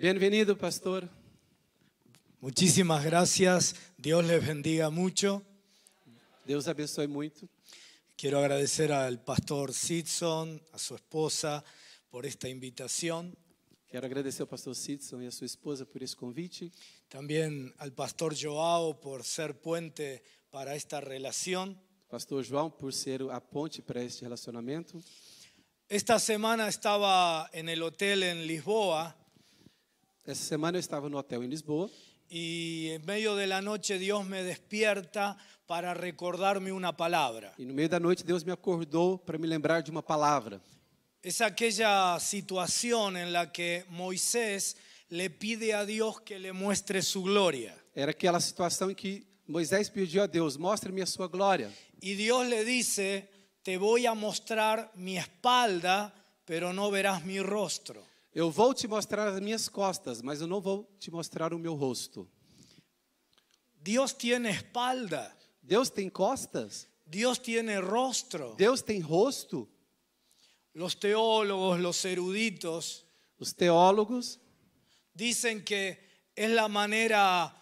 Bienvenido, pastor. Muchísimas gracias. Dios les bendiga mucho. Deus abençoe muito. Quiero agradecer al pastor Sidson, a su esposa, por esta invitación. Quero agradecer ao pastor Sidson e à sua esposa por esse convite. También al pastor Joao por ser puente para esta relación. Pastor João, por ser a ponte para este relacionamento. Esta semana estaba en el hotel en Lisboa Essa semana eu estava no hotel em Lisboa y en medio de la noche Dios me despierta para recordarme una palabra. e no meio da noite Deus me acordou para me lembrar de uma palavra. Es aquella situación en la que Moisés le pide a Dios que le muestre su gloria. Era aquela situação em que Moisés pediu a Deus: "Mostre-me a sua glória". Y Dios le dice, te voy a mostrar mi espalda, pero no verás mi rostro. Eu vou te mostrar as minhas costas, mas eu não vou te mostrar o meu rosto. Dios tiene espalda, Deus tem costas? Dios tiene rostro. Deus tem rosto? Los teólogos, los eruditos, Os teólogos dicen que es la manera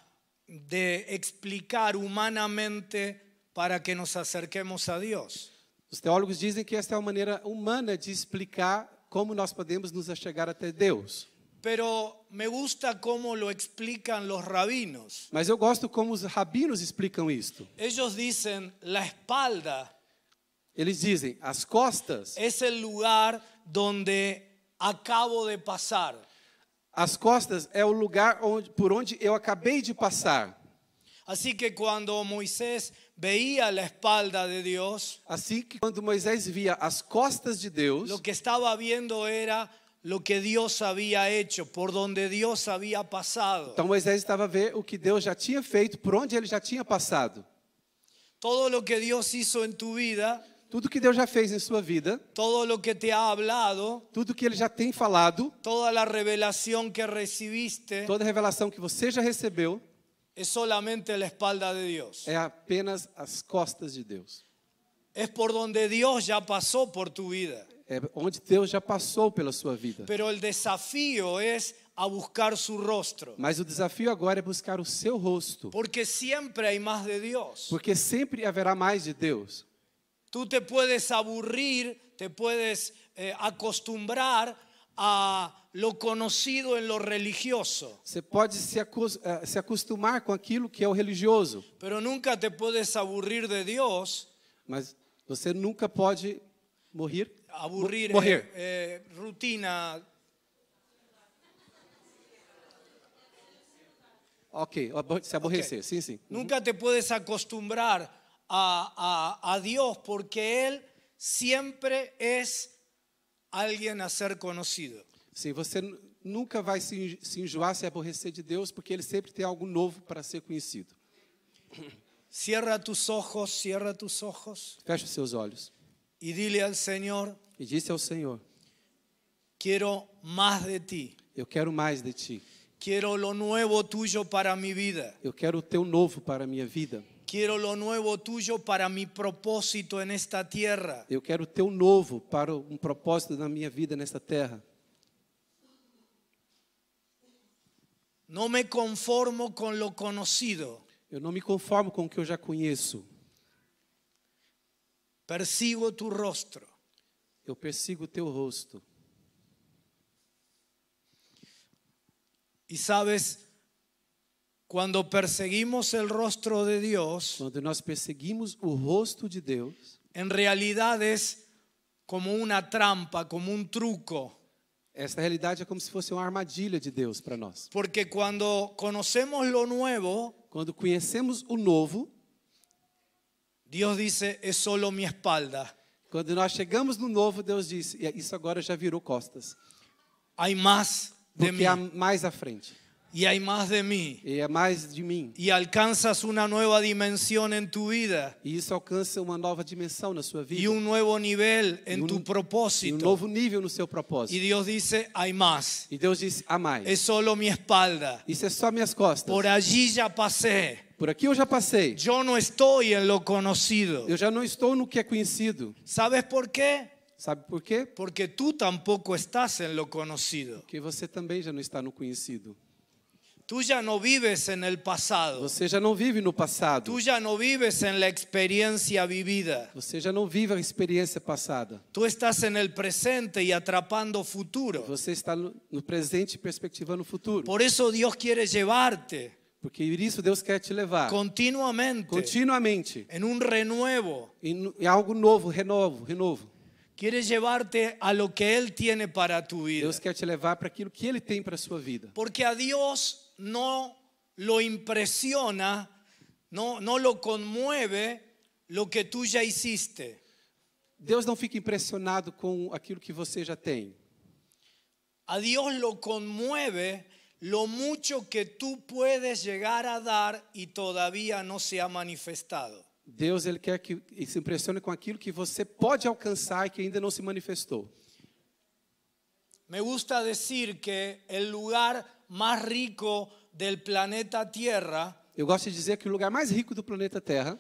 de explicar humanamente para que nos acerquemos a Dios. Os teólogos dizem que esta é uma maneira humana de explicar como nós podemos nos achegar até Deus. Pero me gusta cómo lo explican los rabinos. Mas eu gosto como os rabinos explicam isto. Ellos dicen, la espalda Eles dizem: as costas, es el lugar donde acabo de pasar. as costas é o lugar onde, por onde eu acabei de passar. Así que cuando Moisés veía la espalda de Dios, Assim que quando Moisés via as costas de Deus, lo que estaba viendo era lo que Dios había hecho, por donde Dios había pasado. então Moisés estava a ver o que Deus já tinha feito, por onde ele já tinha passado. Todo lo que Dios hizo en tu vida, Tudo que Deus já fez em sua vida, todo lo que te ha hablado, tudo que ele já tem falado, toda la revelación que recibiste, toda a revelação que você já recebeu, es solamente la espalda de Dios. é apenas as costas de Deus. Es por donde Dios ya pasó por tu vida. É onde Deus já passou pela sua vida. Pero el desafío es a buscar su rostro. Mas o desafio agora é buscar o seu rosto, Porque siempre hay más de Dios. porque sempre haverá mais de Deus. Tú te puedes aburrir, te puedes eh, acostumbrar a lo conocido en lo religioso, Você pode se, acos- eh, se acostumar com aquilo que é o religioso, pero nunca te puedes aburrir de Dios. mas você nunca pode morrer. Aburrir Mo- morrer. eh, eh, rutina. Ok, abor- se aborrecer, Ok. sim, sim. Nunca te puedes acostumbrar a, a- a Dios porque Él siempre es alguien a ser conocido. Sim, você nu- nunca vai se en- se enjoar, se aborrecer de Deus, porque ele sempre tem algo novo para ser conhecido. Cierra tus ojos, cierra tus ojos Feche os seus olhos y dile al Señor, e disse ao Senhor: quiero más de ti. Eu quero mais de ti. Quiero lo nuevo tuyo para mi vida. Eu quero o teu novo para a minha vida. Quiero lo nuevo tuyo para mi propósito en esta tierra. Eu quero o teu novo para um propósito na minha vida nesta terra. No me conformo con lo conocido. Eu não me conformo com o que eu já conheço. Persigo tu rostro. Eu persigo o teu rosto. Y sabes, cuando perseguimos el rostro de Dios, Quando nós perseguimos o rosto de Deus, en realidad es como una trampa, como un truco. esta realidade é como se fosse uma armadilha de Deus para nós. Porque cuando conocemos lo nuevo, Quando conhecemos o novo, Dios dice, es solo mi espalda. quando nós chegamos no novo, Deus disse: "E é, Isso agora já virou costas. Hay más de mí. Porque há mais à frente. Y hay más de mí. E é mais de mim. y alcanzas una nueva dimensión en tu vida E isso alcança uma nova dimensão na sua vida. y un nuevo nivel E en um- tu e um propósito. novo nível no seu Y propósito. Dios dice, hay más. E Deus disse: Há mais. Es solo mi espalda. Isso é só minhas costas. Por allí ya pasé. Por aqui eu já passei. Yo no estoy en lo conocido. Eu já não estou no que é conhecido. ¿Sabes por qué? Sabe por quê? Porque tú tampoco estás en lo conocido. Porque você também já não está no conhecido. Tú ya no vives en el pasado. Você já não vive no passado. Tú ya no vives en la experiencia vivida. Você já não vive a experiência passada. Tú estás en el presente y atrapando futuro. Você está no no presente e perspectivando o futuro. Por eso Dios quiere llevarte Porque isso Deus quer te levar continuamente continuamente en un renuevo. em, em algo novo, renovo, renovo. Quiere llevarte a lo que Él tiene para tu vida. Deus quer te levar para aquilo que Ele tem para a sua vida. Porque a Dios no lo impresiona, no, no lo conmueve lo que tú ya hiciste. Deus não fica impressionado com aquilo que você já tem. A Dios lo conmueve lo mucho que tú puedes llegar a dar y todavía no se ha manifestado. Deus ele quer que e se impressione com aquilo que você pode alcançar e que ainda não se manifestou. Me gusta decir que el lugar más rico del planeta Tierra Eu gosto de dizer que o lugar mais rico do planeta Terra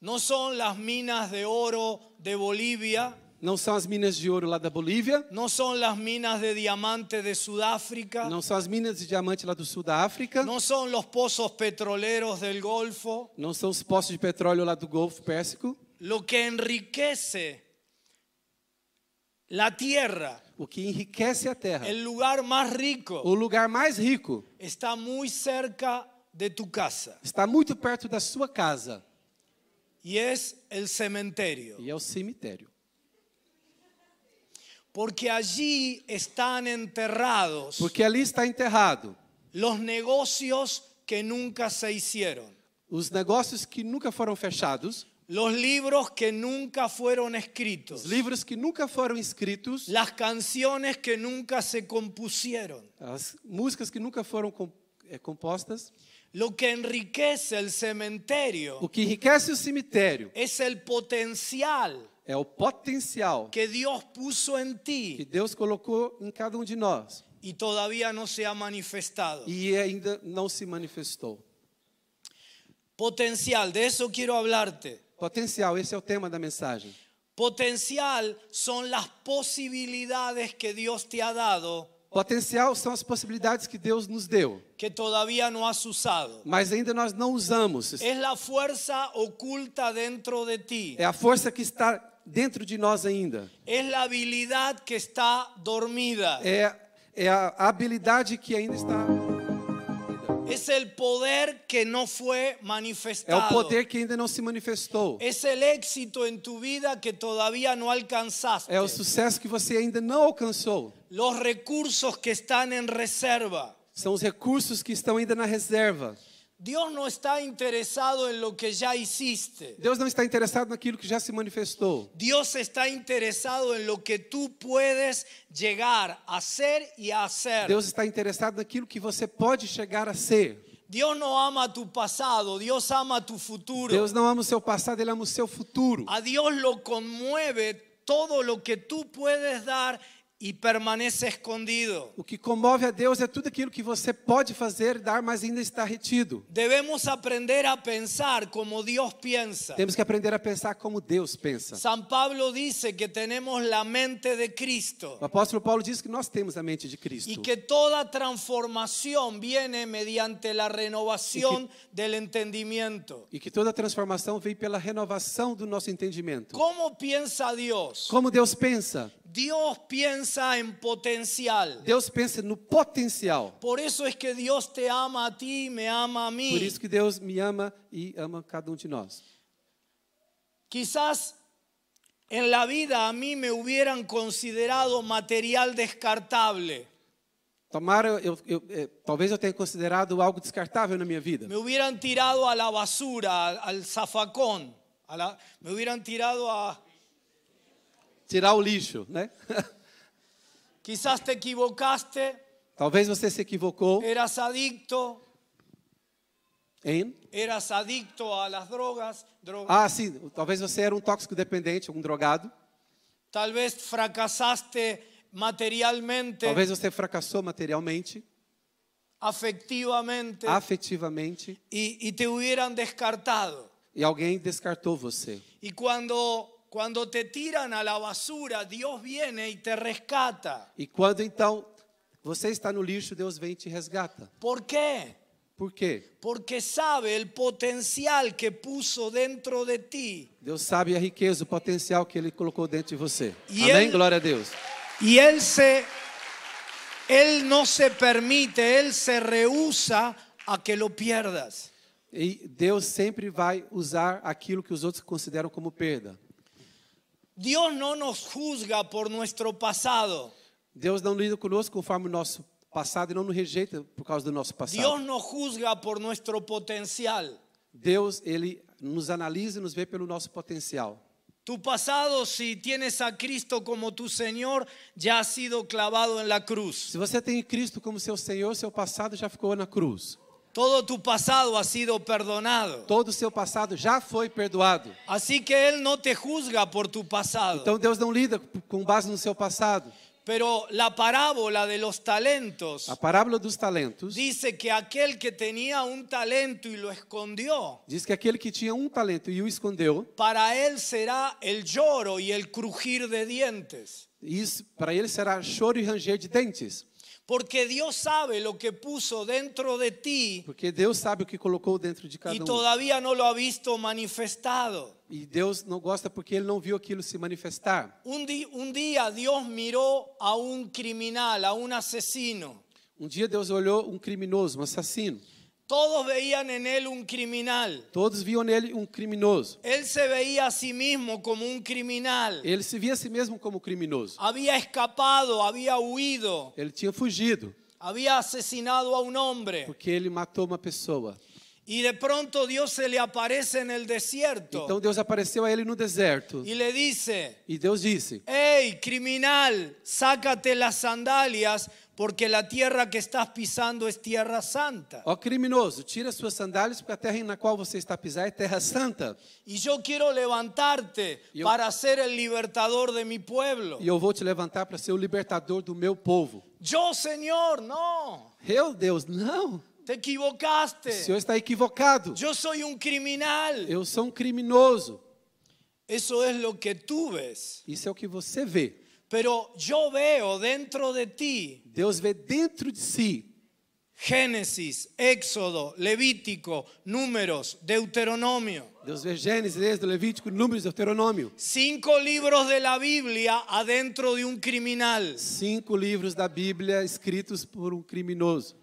no son las minas de oro de Bolivia, não são as minas de ouro lá da Bolívia, no son las minas de diamante de Sudáfrica, não são as minas de diamante lá do sul da África, No son los pozos petroleros del Golfo. não são os postos de petróleo lá do Golfo Pérsico. Lo que enriquece la tierra, O que enriquece é a Terra. el lugar más rico, O lugar mais rico está muy cerca de tu casa está muito perto da sua casa y es el cementerio. e é o cemitério. Porque allí están enterrados Porque ali está enterrado los negocios que nunca se hicieron, os negócios que nunca foram fechados, los libros que nunca fueron escritos, os livros que nunca foram escritos, las canciones que nunca se compusieron. as músicas que nunca foram com- eh, compostas. Lo que enriquece el cementerio O que enriquece o cemitério es el potencial é o potencial que Dios puso en que ti Deus colocou em cada um de nós y todavía no se ha manifestado. e ainda não se manifestou. Potencial, de eso quiero hablarte. Potencial, esse é o tema da mensagem. Potencial son las posibilidades que Dios te ha dado Potencial são as possibilidades que Deus nos deu, que todavía no has usado. mas ainda nós não usamos. Es la fuerza oculta dentro de ti. É a força que está dentro de nós ainda. Es la habilidad que está dormida. É, é a habilidade que ainda está. Es el poder que no fue É o manifestado. poder que ainda não se manifestou. Es el éxito en tu vida que todavía no alcanzaste. É o sucesso que você ainda não alcançou. Los recursos que están en reserva. São os recursos que estão ainda na reserva. Dios no está interesado en lo que ya hiciste. Deus não está interessado naquilo que já se manifestou. Dios está interesado en lo que tú puedes llegar a ser y a hacer. Deus está interessado naquilo que você pode chegar a ser. Dios no ama tu pasado, Dios ama tu futuro. Deus não ama o seu passado, ele ama o seu futuro. A Dios lo conmueve todo lo que tú puedes dar y permanece escondido. O que comove a Deus é tudo aquilo que você pode fazer, dar, mas ainda está retido. Debemos aprender a pensar como Dios piensa. Temos que aprender a pensar como Deus pensa. San Pablo dice que tenemos la mente de Cristo O apóstolo Paulo diz que nós temos a mente de Cristo. y que toda transformación viene mediante la renovación del entendimiento. E que toda transformação vem pela renovação do nosso entendimento. ¿Cómo piensa Dios? Como Deus pensa? Dios piensa en potencial. Deus pensa no potencial. Por eso es que Dios te ama a ti y me ama a Por mí. isso que Deus me ama e ama cada um de nós. Quizás en la vida a mí me hubieran considerado material descartable. Tomara, eu, eu, eh, talvez eu tenha considerado algo descartável na minha vida. Me hubieran tirado a la basura, al, al zafacón. a la- me hubieran tirado a... Tirar o lixo, né? Quizás te equivocaste, talvez você se equivocou eras adicto, em. eras adicto a las drogas, droga- Ah, sim, talvez você era um tóxico dependente, algum drogado. tal vez fracasaste materialmente, Talvez você fracassou materialmente, afectivamente Ah. afetivamente, y, y te hubieran descartado. e alguém descartou você. Y cuando cuando te tiran a la basura, Dios viene y te rescata. E quando então você está no lixo, Deus vem e te resgata. ¿Por qué? Por quê? Porque sabe el potencial que puso dentro de ti. Deus sabe a riqueza, o potencial que Ele colocou dentro de você. E Amém? Ele- Glória a Deus. Y él se él no se permite, él se rehúsa a que lo pierdas. E Deus sempre vai usar aquilo que os outros consideram como perda. Dios no nos juzga por nuestro pasado. Deus não lida conosco conforme o nosso passado e não nos rejeita por causa do nosso passado. Dios nos juzga por nuestro potencial. Deus, ele nos analisa e nos vê pelo nosso potencial. Tu pasado, si tienes a Cristo como tu Señor, ya ha sido clavado en la cruz. Se você tem Cristo como seu Senhor, seu passado já ficou na cruz. Todo tu pasado ha sido perdonado. Todo o seu passado já foi perdoado. Así que Él no te juzga por tu pasado. Então Deus não lida com base no seu passado. Pero la parábola de los talentos A parábola dos talentos dice que aquel que tenía un talento y lo escondió, diz que aquele que tinha um talento e o escondeu, para él será el lloro y el crujir de dientes. isso para ele será choro e ranger de dentes, Porque Dios sabe lo que puso dentro de ti porque Deus sabe o que colocou dentro de cada y um. todavía no lo ha visto manifestado. E Deus não gosta porque ele não viu aquilo se manifestar. Un, di- un día Dios miró a un criminal, a un asesino. Um dia Deus olhou um criminoso, um assassino. Todos veían en él un criminal. Todos viam nele um criminoso. Él se veía a sí mismo como un criminal. Ele se via a si mesmo como criminoso. Había escapado, había huido. Ele tinha fugido había asesinado a un hombre porque ele matou uma pessoa. y de pronto Dios se le aparece en el Então desierto Deus apareceu a ele no deserto y le dice, e Deus disse: hey criminal, sácate las sandalias porque la tierra que estás pisando es tierra santa. Ó criminoso, tira suas sandálias porque a terra na qual você está a pisar é terra santa. Y yo quiero levantarte Yo- para ser el libertador de mi pueblo. E eu vou te levantar para ser o libertador do meu povo. Yo, Señor, no, Eu, Deus, não. te O senhor equivocaste. está equivocado. Yo soy un criminal. Eu sou um criminoso. Eso es lo que tú ves. Isso é o que você vê. Pero yo veo dentro de ti Deus vê dentro de si Génesis, Éxodo, Levítico, Números, Deuteronomio. Deus vê Gênesis, Êxodo, Levítico, Números, Deuteronômio. Cinco libros de la Biblia adentro de un criminal. Cinco livros da Bíblia escritos por um criminoso.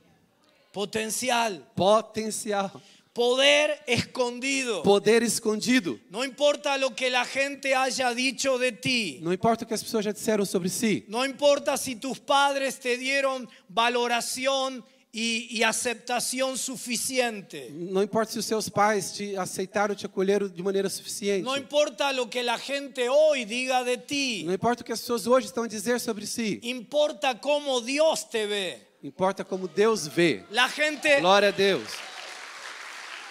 Potencial. Potencial. Poder escondido. Poder escondido. No importa lo que la gente haya dicho de ti. Não importa o que as pessoas já disseram sobre si. No importa si tus padres te dieron valoração y, y aceptación suficiente. Não importa se os seus pais te aceitaram, te acolheram de maneira suficiente. No importa lo que la gente hoy diga de ti. Não importa o que as pessoas hoje estão a dizer sobre si. Importa cómo Dios te ve. Importa como Deus vê. La gente, Glória a Deus.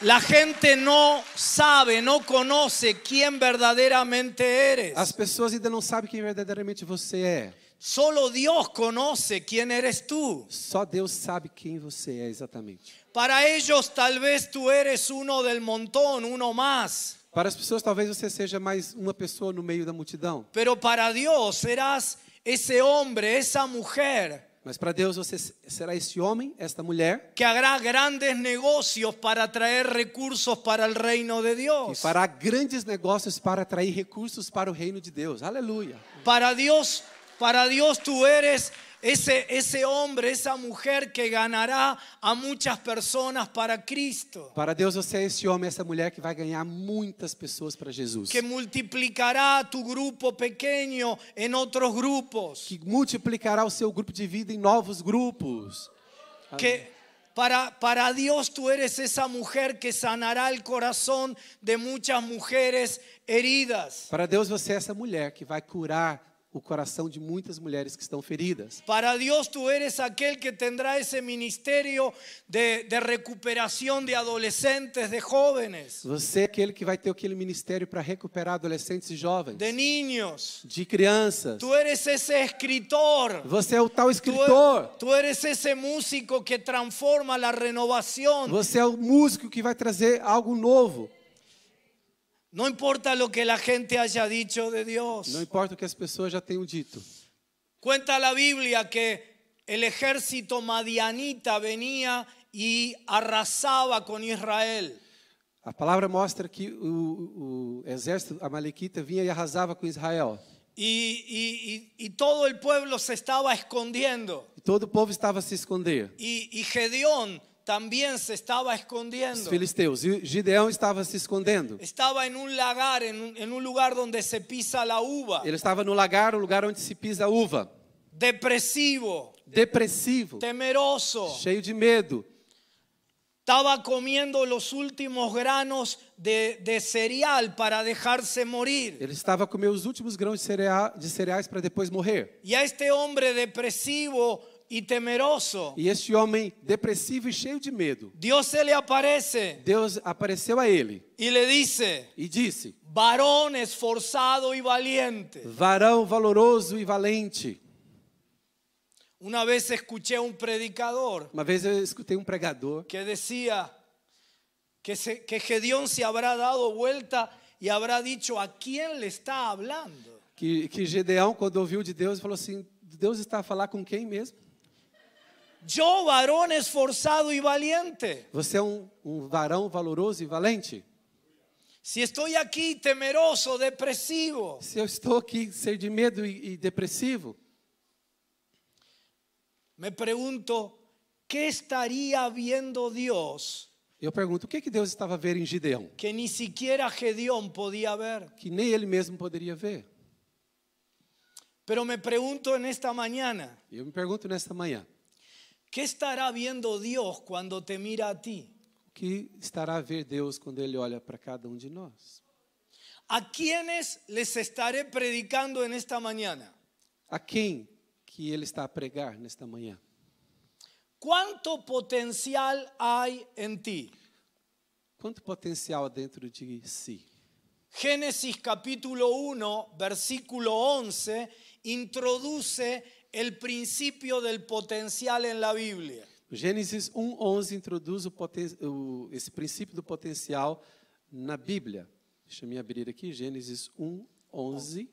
la gente no sabe, no conoce quién verdaderamente As eres. pessoas ainda não sabem quem verdadeiramente você é. Solo Dios conoce quién eres tú. Só Deus sabe quem você é exatamente. Para ellos tal vez tú eres uno del montón, uno más. Para as pessoas, talvez você seja mais uma pessoa no meio da multidão. Pero para Dios serás ese hombre, esa mujer Mas para Deus você será esse homem, esta mulher, que hará grandes negocios para traer recursos para el reino de que Dios. fará grandes negócios para atrair recursos para o reino de Deus. Aleluia. Para Dios, para Dios tú eres ese, esse hombre, esa mujer que ganará a muchas personas para Cristo, Para Deus você é esse homem, essa mulher que vai ganhar muitas pessoas para Jesus. que multiplicará tu grupo pequeño en otros grupos, Que multiplicará o seu grupo de vida em novos grupos. que para, para Dios tú eres esa mujer que sanará el corazón de muchas mujeres heridas. Para Deus você é essa mulher que vai curar o coração de muitas mulheres que estão feridas. Para Dios tú eres aquel que tendrá ese ministerio de, de recuperación de adolescentes, de jóvenes, Você é aquele que vai ter aquele ministério para recuperar adolescentes e jovens, de niños. de crianças. Tú eres ese escritor. Você é o tal Tú, e- escritor. tú eres ese músico que transforma la renovación. Você é o músico que vai trazer algo novo. No importa lo que la gente haya dicho de Dios. Não importa o que as pessoas já tenham dito. Cuenta la Biblia que el ejército madianita venía y arrasaba con Israel. A palavra mostra que o, o exército amalequita vinha e arrasava com Israel. Y, y- y- y todo el pueblo se estaba escondiendo. E todo o povo estava a se esconder. Y, y Gedeón también se estaba Os escondiendo. filisteus. E Gideão estava se escondendo. Estaba en un lagar, en un, en un lugar donde se pisa la uva. Ele estava no lagar, o lugar onde se pisa a uva. Depresivo, Depressivo, temeroso. cheio de medo. Estaba comiendo los últimos granos de, de cereal para dejarse morir. Ele estava a comer os últimos grãos de, cerea- de cereais para depois morrer. Y a este hombre depresivo y temeroso, E este homem depressivo e cheio de medo, Dios se le aparece Deus apareceu a ele y le dice, e disse: varón esforzado y valiente. Varão valoroso e valente. Una vez escuché a un predicador Uma vez eu escutei um pregador que decía que, se- que Gedeón se habrá dado vuelta y habrá dicho, ¿a quién le está hablando? que, que Gedeão, quando ouviu de Deus, falou assim: Deus está a falar com quem mesmo? Yo, varón esforzado y valiente. Você é um, um varão valoroso e valente? Si estoy aquí temeroso, depresivo, Se eu estou aqui cheio de medo e, e depressivo, me pregunto, ¿qué estaría viendo Dios eu pergunto: o que, que Deus estava a ver em Gideão? que ni siquiera Gedeón podía ver? Que nem ele mesmo poderia ver. Pero me pregunto en esta mañana, E eu me pergunto nesta manhã: ¿qué estará viendo Dios cuando te mira a ti? o que estará a ver Deus quando ele olha para cada um de nós? ¿A quiénes les estaré predicando en esta mañana? A quem que ele está a pregar nesta manhã? ¿Cuánto potencial hay en ti? Quanto potencial há dentro de si? Génesis capítulo 1, versículo 11, introduce el principio del potencial en la Biblia. Gênesis 1:11 introduz o poten- o- esse princípio do potencial na Bíblia. Deixa eu me abrir aqui, Gênesis 1:11.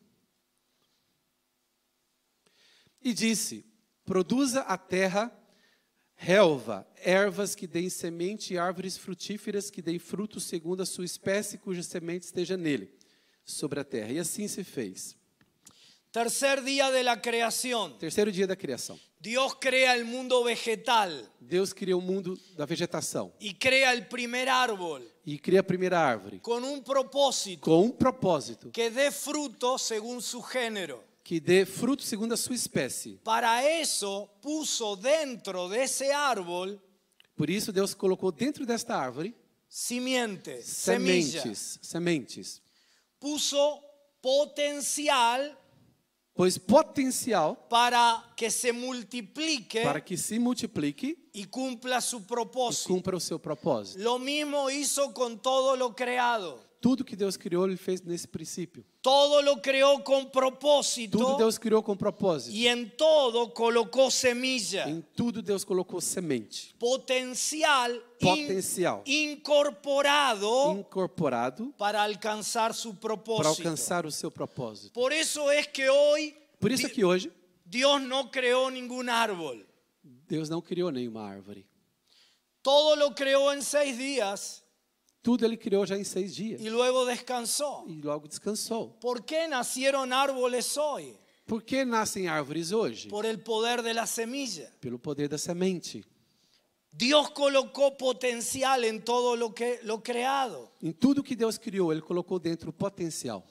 E disse: Produza a terra relva, ervas que deem semente e árvores frutíferas que deem frutos segundo a sua espécie, cuja semente esteja nele, sobre a terra. E assim se fez. Tercer día de la creación, Terceiro dia da criação. Dios crea el mundo vegetal Deus cria o mundo da vegetação y crea el primer árbol e cria a primeira árvore. con un propósito com um propósito, que dé fruto según su género. que dê fruto segundo a sua espécie. Para eso puso dentro de ese árbol Por isso Deus colocou dentro desta árvore simientes, semillas. sementes, sementes. Puso potencial Pois potencial para que se multiplique para que se multiplique y cumpla su e propósito. cumpra o seu propósito. Lo mismo hizo con todo lo creado. Tudo que Deus criou, ele fez nesse princípio. Todo lo creó con Tudo propósito Deus criou com propósito. y en todo colocó semilla. Em tudo Deus colocou semente Potencial, in- Potencial. incorporado incorporado para alcanzar su para propósito. alcançar o seu propósito. Por eso es que hoy Por isso que hoje Dios no creó ningún árbol. Deus não criou nenhuma árvore. Todo lo creó en seis días Tudo ele criou já em seis dias y luego descansó. e logo descansou. ¿Por qué nacieron árboles hoy? Por que nascem árvores hoje? Por el poder de la semilla. Pelo poder da semente. Dios colocó potencial en todo lo que lo creado. Em tudo que Deus criou, Ele colocou dentro o potencial.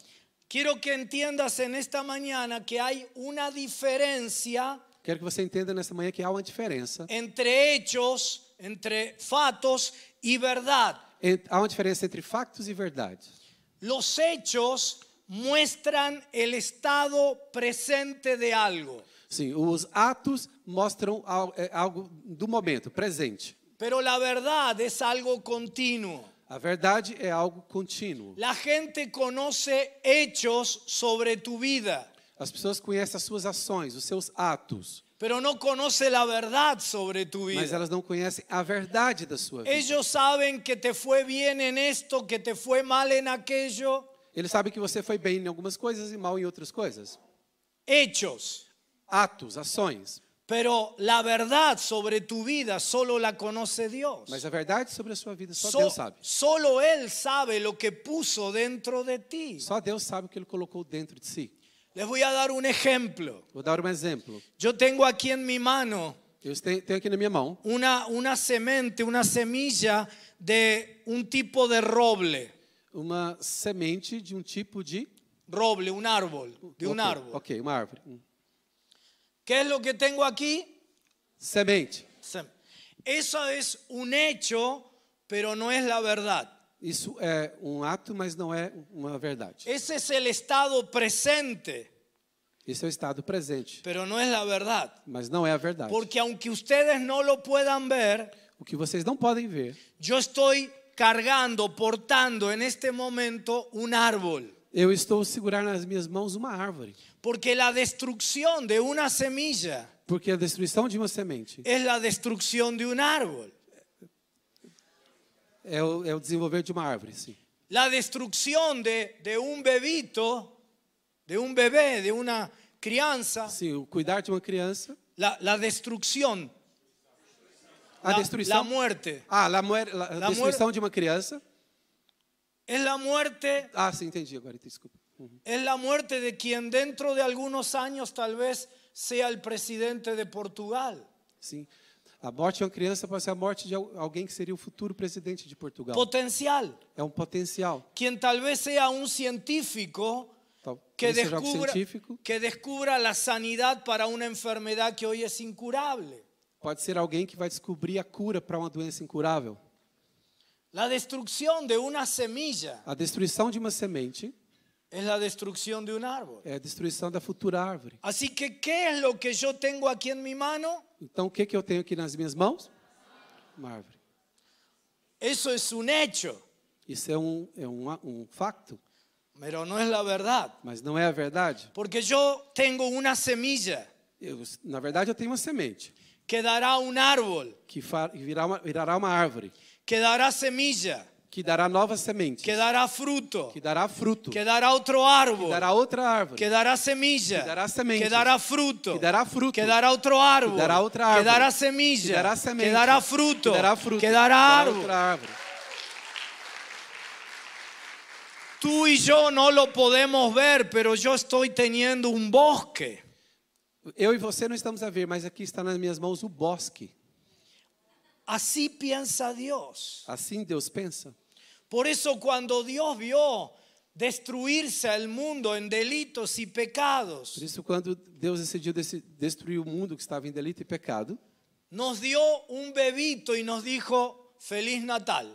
Quiero que entiendas en esta mañana que hay una diferencia Quero que você entenda nessa manhã que há uma diferença. entre hechos, entre fatos e verdad. Ent- Há uma diferença entre factos e verdade. Los hechos muestran el estado presente de algo, Sim, os atos mostram al- é, algo do momento, presente. pero la verdad es algo continuo. A verdade é algo contínuo. La gente conoce hechos sobre tu vida, As pessoas conhecem as suas ações, os seus atos, pero no conoce la verdad sobre tu mas vida. elas não conhecem a verdade da sua vida. Ellos saben que te fue bien en esto, que te fue mal en aquello. Eles sabem que você foi bem em algumas coisas e mal em outras coisas. Hechos. Atos, ações. Pero la verdad sobre tu vida solo la conoce Dios. Mas a verdade sobre a sua vida só So- Deus sabe. solo Él sabe lo que puso dentro de ti. Só Deus sabe o que ele colocou dentro de si. Les voy a dar un ejemplo. Vou dar um exemplo. Yo tengo aquí en mi mano Eu tenho tenho aqui na minha mão una, una semente, una semilla de un tipo de roble. uma semente de um tipo de. Roble, un árbol, de un Ok, árbol. Ok, uma árvore. Hum. ¿Qué es lo que tengo aquí? Semente. Sem- Eso es un hecho, pero no es la verdad. Isso é um ato, mas não é uma verdade. Ese es el estado presente, Esse é o estado presente, pero no es la verdad. mas não é a verdade. Porque aunque ustedes no lo puedan ver, O que vocês não podem ver, yo estoy cargando, portando en este momento un árbol. eu estou segurar nas minhas mãos uma árvore, Porque la destrucción de una semilla porque a destruição de uma semente es la destrucción de un árbol. é o, é o desenvolver de uma árvore, sim. La destrucción de, de un bebito, de un bebé, de una crianza, Sim, o cuidar de uma criança, la, la destrucción, a la- la destruição, muerte. ah, la muer- la- a La destruição de uma criança. Es la muerte, Ah, sim, entendi agora, desculpa. Uhum. es la muerte de quien dentro de algunos años tal vez sea el presidente de Portugal. Sim. A morte de uma criança pode ser a morte de al- alguém que seria o futuro presidente de Portugal. Potencial. É um potencial. Quien tal vez sea un científico Tal- que talvez seja algo descubra, científico. que descubra la sanidad para una enfermedad que hoy es incurable. Pode ser alguém que vai descobrir a cura para uma doença incurável. La destrucción de una semilla A destruição de uma semente es la destrucción de un árbol. é a destruição da futura árvore. Así que, ¿qué es lo que yo tengo aquí en mi mano? Então, o que, que eu tenho aqui nas minhas mãos? Uma árvore. Eso es un hecho, Isso é um, é um, a- um facto, pero no es la verdad. mas não é a verdade. Porque yo tengo una semilla Eu, na verdade, eu tenho uma semente que dará un árbol, que fa- virá uma, virará uma árvore, que dará semilla, que dará nova semente, que dará fruto, que dará fruto, que que dará otro árbol, dará outra árvore. que dará semilla, Que dará semente. que dará fruto, Que dará fruto. que dará otro árbol, Que dará otra árbol. que dará semilla, que dará semente, que dará fruto, que dará fruto, que dará árbol. outra árvore. Tú y yo no lo podemos ver, pero yo estoy teniendo un bosque. Eu e você não estamos a ver, mas aqui está nas minhas mãos o bosque. Así piensa Dios. Assim Deus pensa. Por eso cuando Dios vio destruirse al mundo en delitos y pecados, Por isso, quando Deus decidiu desse- destruir o mundo que estava em delito e pecado, nos dio un bebito y nos dijo, feliz Natal.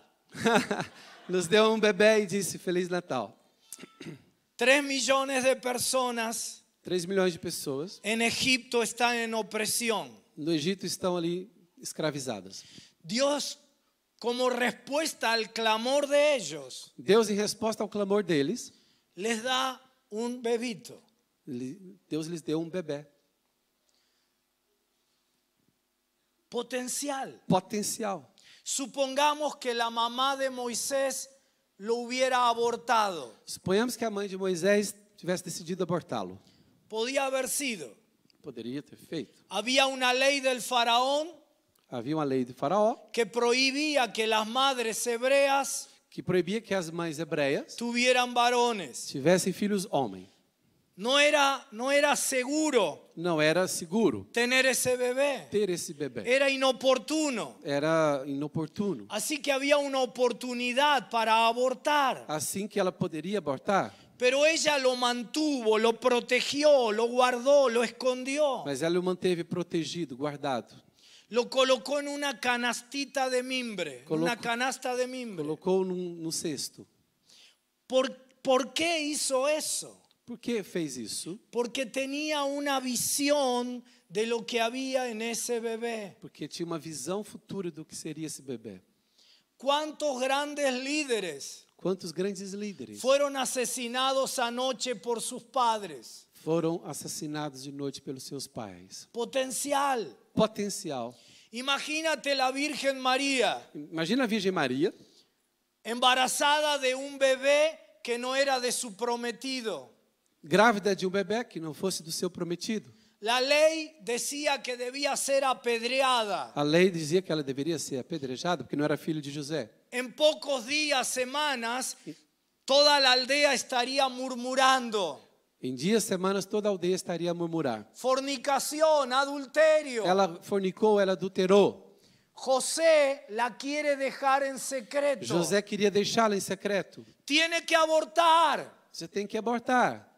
nos deu um bebê e disse Feliz Natal. Tres millones de personas 3 milhões de pessoas en Egipto están en opresión. no Egito estão ali escravizadas. Dios, como respuesta al clamor de ellos, Deus, em resposta ao clamor deles, les da un bebito. lhe- Deus lhes deu um bebê Potencial. potencial. Supongamos que la mamá de Moisés lo hubiera abortado. Suponhamos que a mãe de Moisés tivesse decidido abortá-lo. Podía haber sido. Poderia ter feito. Había una ley del faraón Havia uma lei de Faraó que prohibía que las madres hebreas que proibia que as mães hebreias tuvieran varones. tivessem filhos homem. No era, no era seguro Não era seguro tener ese bebé. ter esse bebê. Era inoportuno. Era inoportuno. Así que había una oportunidad para abortar. Assim que ela poderia abortar, Pero ella lo mantuvo, lo protegió, lo guardó, lo escondió. mas ela o manteve protegido, guardado. Lo colocó en una canastita de mimbre, en una Colocó- canasta de mimbre. Colocou num, num cesto. ¿Por, ¿Por qué hizo eso? Por que fez isso? Porque tenía una visión de lo que había en ese bebé. Porque tinha uma visão futura do que seria esse bebê. ¿Cuántos grandes líderes Quantos grandes líderes fueron asesinados anoche por sus padres? foram assassinados de noite pelos seus pais. potencial. Potencial. Imagínate la Virgen María, Imagina a Virgem Maria embarazada de un bebé que no era de su prometido. grávida de um bebê que não fosse do seu prometido. La ley decía que debía ser apedreada. A lei dizia que ela deveria ser apedrejada porque não era filho de José. En pocos días, semanas, toda la aldea estaría murmurando. Em dias, semanas, toda a aldeia estaria a murmurar. Fornicación, adulterio. Ela fornicou, ela adulterou. José la quiere dejar en secreto. José queria deixá-la em secreto. Tiene que abortar. Você tem que abortar.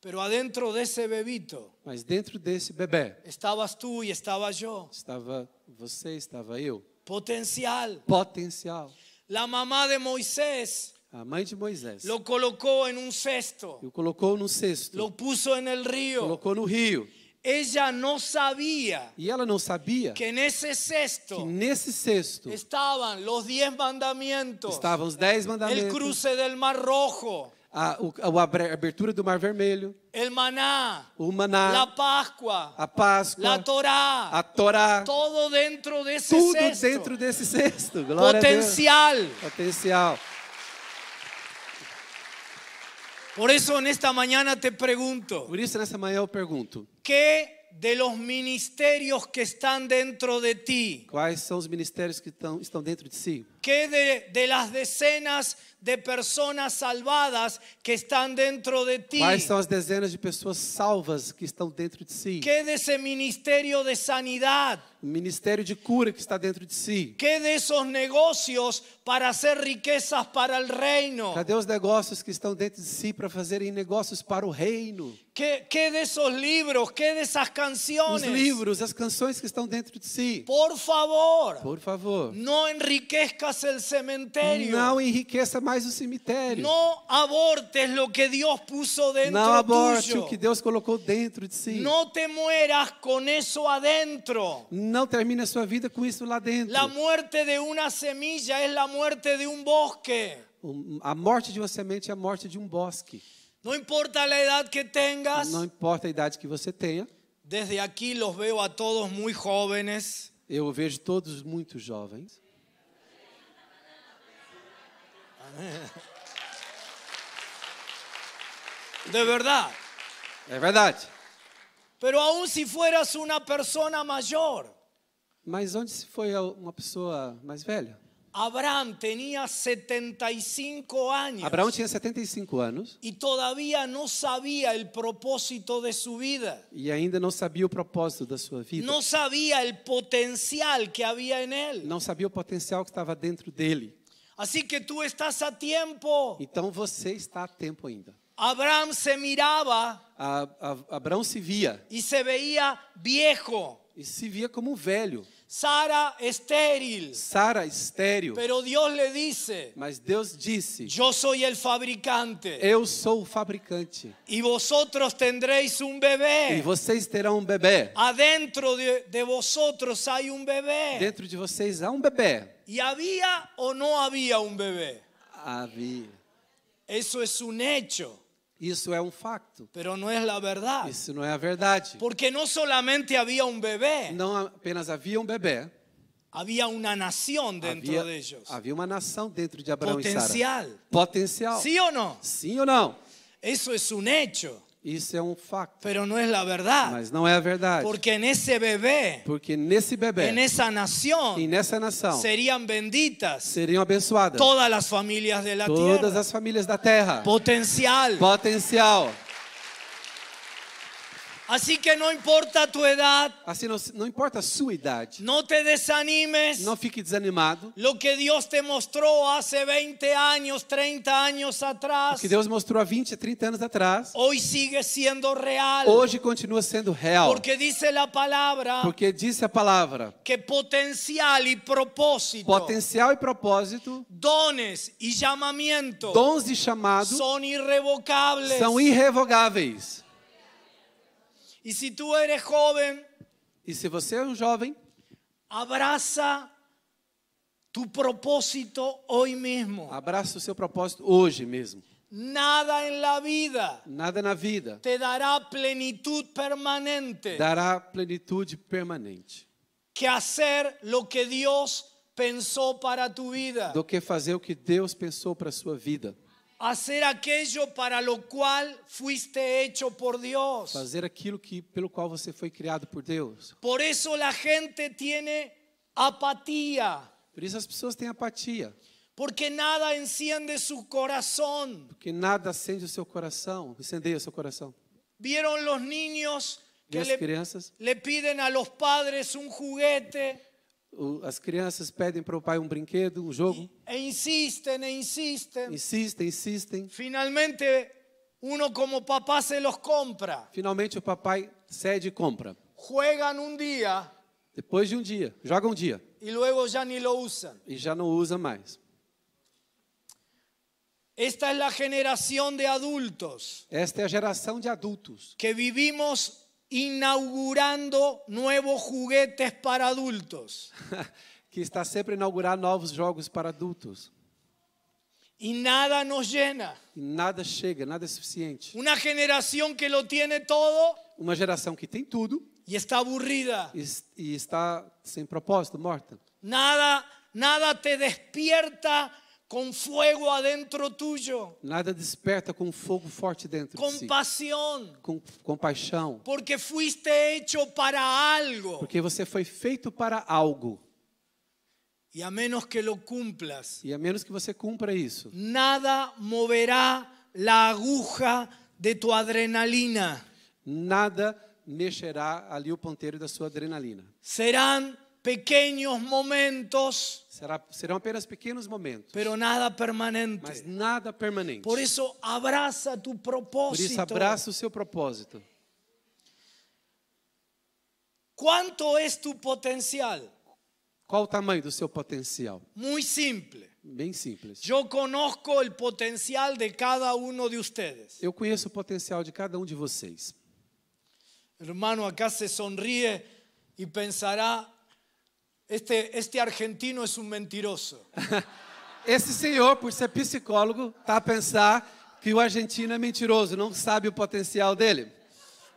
Pero adentro de ese bebito Mas dentro desse bebê estabas tú y estaba yo. estava você, estava eu. Potencial. Potencial. La mamá de Moisés A mãe de Moisés lo colocó en un cesto, o colocou num cesto, lo puso en el río. colocou no rio. Ella no sabía E ela não sabia que en ese que cesto nesse cesto estaban los diez mandamientos, estavam os dez el mandamentos, cruce del Mar Rojo, a, o- a abre- abertura do Mar Vermelho, el maná, o Maná, la Pascua, a Páscoa, la Torá, a Torá, Ah. todo dentro de ese tudo cesto. dentro desse cesto. Glória a Deus. Potencial. Potencial. Por eso en esta mañana te pregunto, Por isso, nessa manhã eu pergunto: ¿qué de los ministerios que están dentro de ti? quais são os ministérios que tão- estão dentro de si? ¿Qué de, de las decenas de personas salvadas que están dentro de ti? Quais são as dezenas de pessoas salvas que estão dentro de si? ¿Qué de ese ministerio de sanidad? O ministério de cura que está dentro de si? ¿Qué de esos negocios para hacer riquezas para el reino? Cadê os negócios que estão dentro de si para fazerem negócios para o reino? ¿Qué, qué de esos libros? ¿Qué de esas Os canciones? livros, as canções que estão dentro de si. Por favor, Por favor, no enriquezcas el cementerio. não enriqueça mais o cemitério. No abortes lo que Dios puso dentro Não aborte tuyo. o que Deus colocou dentro de si. No te mueras con eso adentro. Não termine a sua vida com isso lá dentro. La muerte de una semilla es la muerte de un bosque. Um, A morte de uma semente é a morte de um bosque. No importa la edad que tengas. Não importa a idade que você tenha, Desde aquí los veo a todos muy jóvenes. eu vejo todos muito jovens. De verdad. É verdade. Pero aún si fueras una persona mayor, Mas onde se foi a- uma pessoa mais velha? Abraham tenía 75 años Abraão tinha 75 anos y todavía no sabía el propósito de su vida. e ainda não sabia o propósito da sua vida. No sabía el potencial que había en él. Não sabia o potencial que estava dentro dele. Así que tú estás a tiempo. Então você está a tempo ainda. Abraham se miraba A, a- Abraão se via y se veía viejo, e se via como um velho. Sara estéril. Sara estéril. Pero Dios le dice, Mas Deus disse: yo soy el fabricante Eu sou o fabricante y vosotros tendréis un e bebé. vocês terão um bebê. Adentro de, de vosotros hay un bebé. Dentro de vocês há um bebê. ¿Y había o no había un bebé? Ah, Havia. Eso es un hecho, Isso é um facto. pero no es la verdad. Isso não é a verdade. Porque no solamente había un bebé, Não apenas havia um bebê, había una nación dentro havia, de ellos. havia uma nação dentro de Abraão e Sara. Potencial. Potencial. ¿Sí o no? Sim ou não? Eso es un hecho, Isso é um facto, pero no es la verdad. mas não é a verdade. Porque en ese bebé, Porque nesse bebê en esa nación, e nessa nação serían benditas seriam abençoadas todas las familias de la todas tierra. as famílias da terra. Potencial. Potencial. Así que no importa tu edad, Assim, não, não importa a sua idade, no te desanimes. não fique desanimado. Lo que Dios te mostró hace 20 años, 30 años O atrás, que Deus mostrou há 20, 30 anos atrás, hoy sigue siendo real. hoje continua sendo real. Porque dice la palabra Porque disse a palavra: que potencial y propósito, potencial e propósito, dones y llamamiento dons e chamado son irrevocables. são irrevogáveis. Y si tú eres joven, E se você é um jovem, abraza tu propósito hoy mismo. Ah. abraça o seu propósito hoje mesmo. Nada en la vida Nada na vida te dará plenitud permanente dará plenitude permanente que hacer lo que Dios pensó para tu vida. do que fazer o que Deus pensou para a sua vida. Hacer aquello para lo cual fuiste hecho por Dios. Fazer aquilo que, pelo qual você foi criado por Deus. Por eso la gente tiene apatía, Por isso as pessoas têm apatia, porque nada enciende su corazón. porque nada acende o seu coração, incendeia o seu corazão. ¿Vieron los niños E que as le, crianças, le piden a los padres un juguete o- as crianças pedem para o pai um brinquedo, um jogo, e insisten e insisten? insistem, insistem. Finalmente uno como papá se los compra. Finalmente o papai cede e compra. Juegan un día Depois de um dia, joga um dia y luego ya ni lo usan. e já não usa mais. Esta es la generación de adultos Esta é a geração de adultos que vivimos inaugurando nuevos juguetes para adultos que está sempre a inaugurar novos jogos para adultos. y nada nos llena. E nada chega, nada é suficiente. Una generación que lo tiene todo Uma geração que tem tudo y está aburrida. e, e está sem propósito, morta. Nada, nada te despierta con fuego adentro tuyo, Nada desperta com um fogo forte dentro de con si. pasión, Com compaixão. porque fuiste hecho para algo. Porque você foi feito para algo. Y a menos que lo cumplas, E a menos que você cumpra isso, nada moverá la aguja de tu adrenalina. nada mexerá ali o ponteiro da sua adrenalina. Serán pequeños momentos, Será, serão apenas pequenos momentos, pero nada mas permanente. nada permanente. Por eso abraza tu Por isso, propósito. abraça o seu propósito. ¿Cuánto es tu potencial? Qual o tamanho do seu potencial? Muy simple. Bem simples. Yo conozco el potencial de cada uno de ustedes. Eu conheço o potencial de cada um de vocês. Hermano, acá se sonríe y pensará, este, este argentino es un mentiroso. Esse senhor, por ser psicólogo, está a pensar que o argentino é mentiroso, não sabe o potencial dele.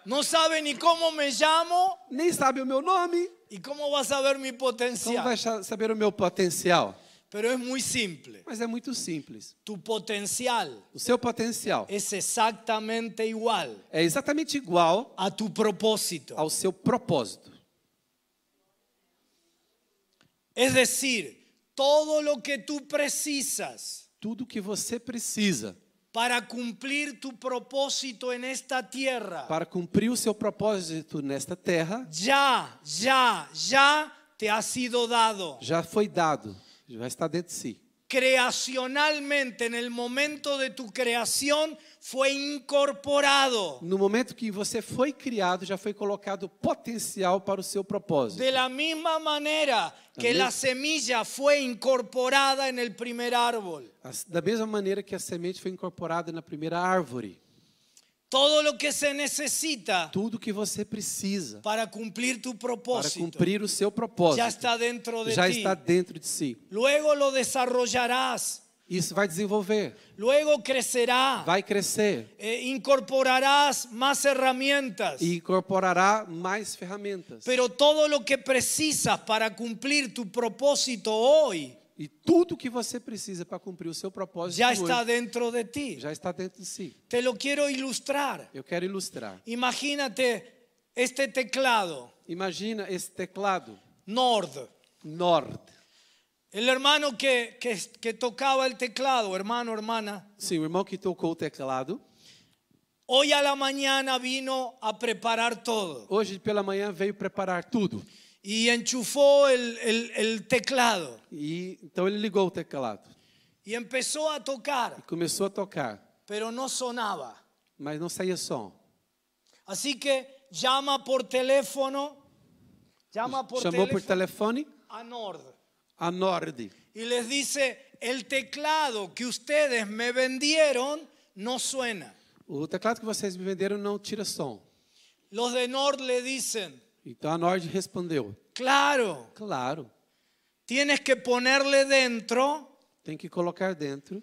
No sabe ni cómo me llamo Nem sabe o meu nome, y cómo va a saber mi como vai potencial. sa- saber o meu potencial? Pero es muy simple. Mas é muito simples. Tu potencial O seu potencial es exactamente igual é exatamente igual a tu propósito. ao seu propósito. Es decir, todo lo que tú precisas Tudo que você precisa para cumplir tu propósito en esta tierra, para cumprir o seu propósito nesta terra ya, ya, ya te ha sido dado. já foi dado, já está dentro de si. Creacionalmente, en el momento de tu creación, fue incorporado. No momento que você foi criado, já foi colocado potencial para o seu propósito. De la misma manera que Amén. la semilla fue incorporada en el primer árbol. As- Da mesma maneira que a semente foi incorporada na primeira árvore. Todo lo que se necesita Tudo que você precisa para cumplir tu para propósito cumprir o seu ya propósito está dentro de já ti. está dentro de si. Luego lo desarrollarás, Isso vai desenvolver, luego crecerá, vai crescer eh, incorporarás más herramientas. e incorporará mais ferramentas. Pero todo lo que precisas para cumplir tu propósito hoy E tudo que você precisa para cumprir o seu propósito ya hoje está dentro de ti. já está dentro de si. Te lo quiero ilustrar. Eu quero ilustrar. Imagínate este teclado. Imagina esse teclado Nord. Nord. El hermano que, que, que tocaba el teclado, hermano, hermana, Sim, o irmão que tocou o teclado. hoy a la mañana vino a preparar todo Hoje pela manhã veio preparar tudo. y enchufó el, el- el teclado E então ele ligou o teclado y empezó a tocar, e começou a tocar, pero no sonaba. mas não saía som. Así que llama por teléfono, llama por Chamou por teléfono telefone a Nord a Nord y les dice, el teclado que ustedes me vendieron no suena. O teclado que vocês me venderam não tira som. Los de Nord le dicen, Então a Nord respondeu: claro. Claro, Tienes que ponerle dentro tem que colocar dentro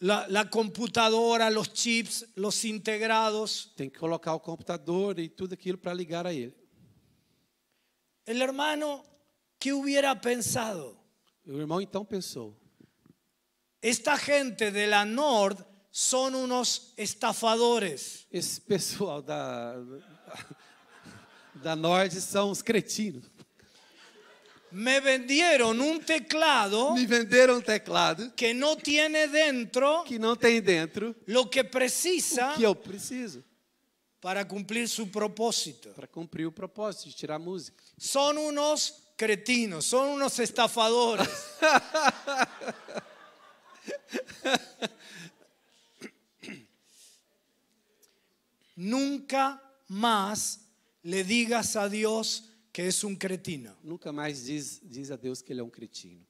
la, la computadora, los chips, los integrados. Tem que colocar o computador e tudo aquilo para ligar a ele. El hermano, ¿qué hubiera pensado? O irmão então pensou: Esta gente de la Nord son unos estafadores. esse pessoal da da Nord são uns cretinos. Me vendieron un teclado Me venderam um teclado que no tiene dentro que não tem dentro lo que precisa o que eu preciso para cumplir su propósito. para cumprir o propósito de tirar a música. Son unos cretinos, son unos estafadores. Nunca más le digas a Dios que es un cretino. Nunca mais diz diz a Deus que ele é um cretino,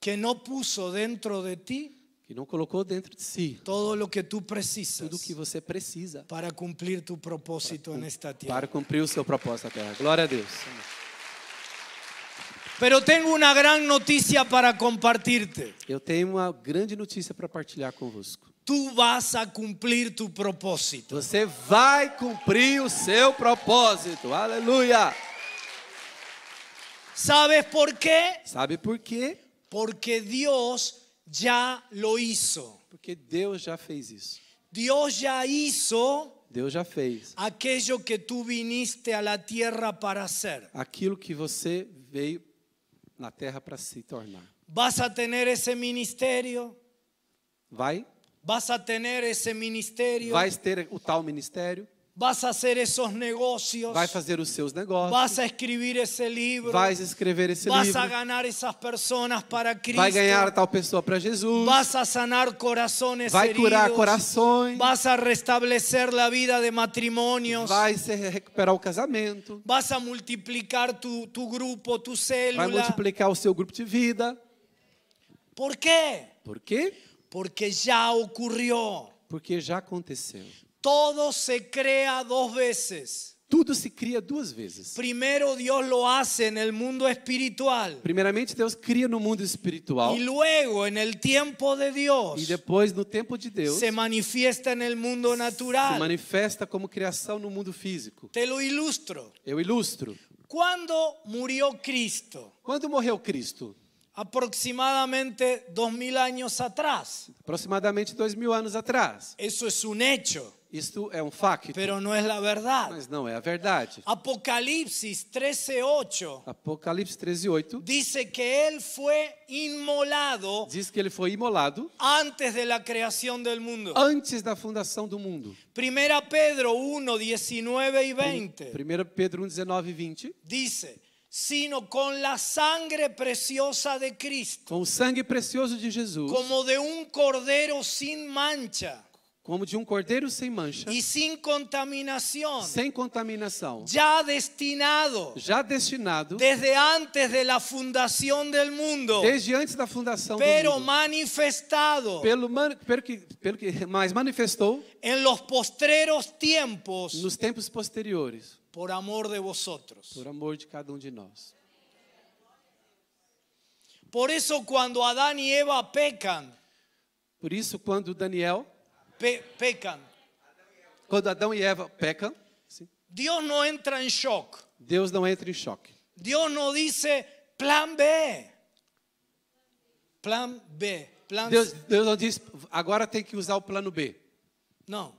que no puso dentro de ti que não colocou dentro de si todo lo que tú precisas tudo o que você precisa para cumplir tu propósito en esta tierra. para cumprir o seu propósito na Terra. Glória a Deus. Pero tengo una gran noticia para compartirte. Eu tenho uma grande notícia para partilhar convosco. Tú vas a cumplir tu propósito. Você vai cumprir o seu propósito. Aleluia! ¿Sabes por qué? Sabe por quê? Porque Dios ya lo hizo. Porque Deus já fez isso. Dios ya hizo Deus já fez aquello que tú viniste a la tierra para hacer. aquilo que você veio na terra para se tornar. Vas a tener ese ministerio, Vai? vas a tener ese ministerio. Vai ter o tal ministério, Vas a hacer esos negocios. vai fazer os seus negócios, Vas a escribir ese libro. vai escrever esse vas livro, a ganar esas personas para Cristo. vai ganhar tal pessoa para Jesus, vas a sanar corazones vai curar heridos. corações, Vas a restablecer la vida de matrimonios. vai se recuperar o casamento, Vas a multiplicar tu, tu grupo, tu vai célula. multiplicar o seu grupo de vida. ¿Por qué? Por quê? Porque ya ocurrió. Porque já aconteceu. Todo se crea dos veces. Tudo se cria duas vezes. Primero Dios lo hace en el mundo espiritual Primeiramente, Deus cria no mundo espiritual y luego en el tiempo de Dios e depois, no tempo de Deus, se se manifiesta en el mundo natural. manifesta como criação no mundo físico. Te lo ilustro. Eu ilustro. ¿Cuándo murió Cristo? Quando morreu Cristo? Aproximadamente dos mil años atrás. Aproximadamente dois mil anos atrás. Eso es un hecho, Isto é um facto, pero no es la verdad. mas não é a verdade. Apocalipsis 13:8 Apocalipse 13:8 dice que Él fue inmolado diz que ele foi imolado antes de la creación del mundo. antes da fundação do mundo. Primera Pedro 1, 19 y 20 1 Pedro 1, 19 e 20. dice, sino con la sangre preciosa de Cristo. Com o sangue precioso de Jesus, como de un cordero sin mancha como de um cordeiro sem mancha, y sin contaminación, sem contaminação, ya destinado já destinado desde antes de la fundación del mundo, desde antes da fundação do pero mundo, manifestado pelo, man- pelo que, pelo que mais manifestou en los postreros tiempos nos tempos posteriores, por amor de vosotros. por amor de cada um de nós. Por eso cuando Adán y Eva pecan, Por isso, quando Daniel, pe- pecan, quando Adão e Eva pecam, sim, Dios no entra en shock. Deus não entra em choque. Dios no dice plan B. Plan B, plan Deus, Deus não diz, agora tem que usar o plano B. No.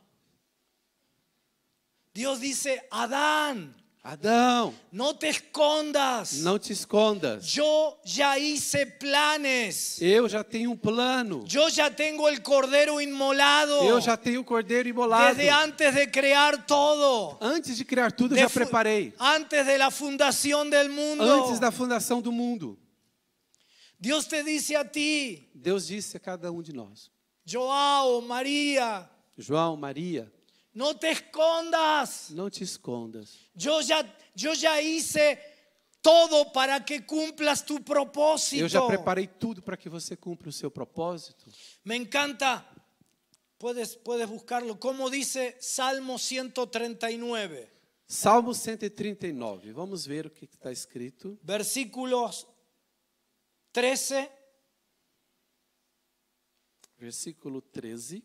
Dios dice, Adán, Adão, no te escondas. não te escondas. Yo ya hice planes. Eu já tenho um plano. Yo ya tengo el cordero inmolado. Eu já tenho o cordeiro imolado. desde antes de crear todo. Antes de criar tudo, eu De já fu- preparei. Antes de la fundación del mundo. Antes da fundação do mundo, Dios te dice a ti, Deus disse a cada um de nós: Joao, María, João, Maria, no te escondas. não te escondas. Yo ya, yo ya hice todo para que cumplas tu propósito. Eu já preparei tudo para que você cumpra o seu propósito. Me encanta. Puedes, puedes buscarlo. Como dice Salmo 139, Salmo 139. Vamos ver o que tá está escrito. versículos 13 versículo 13.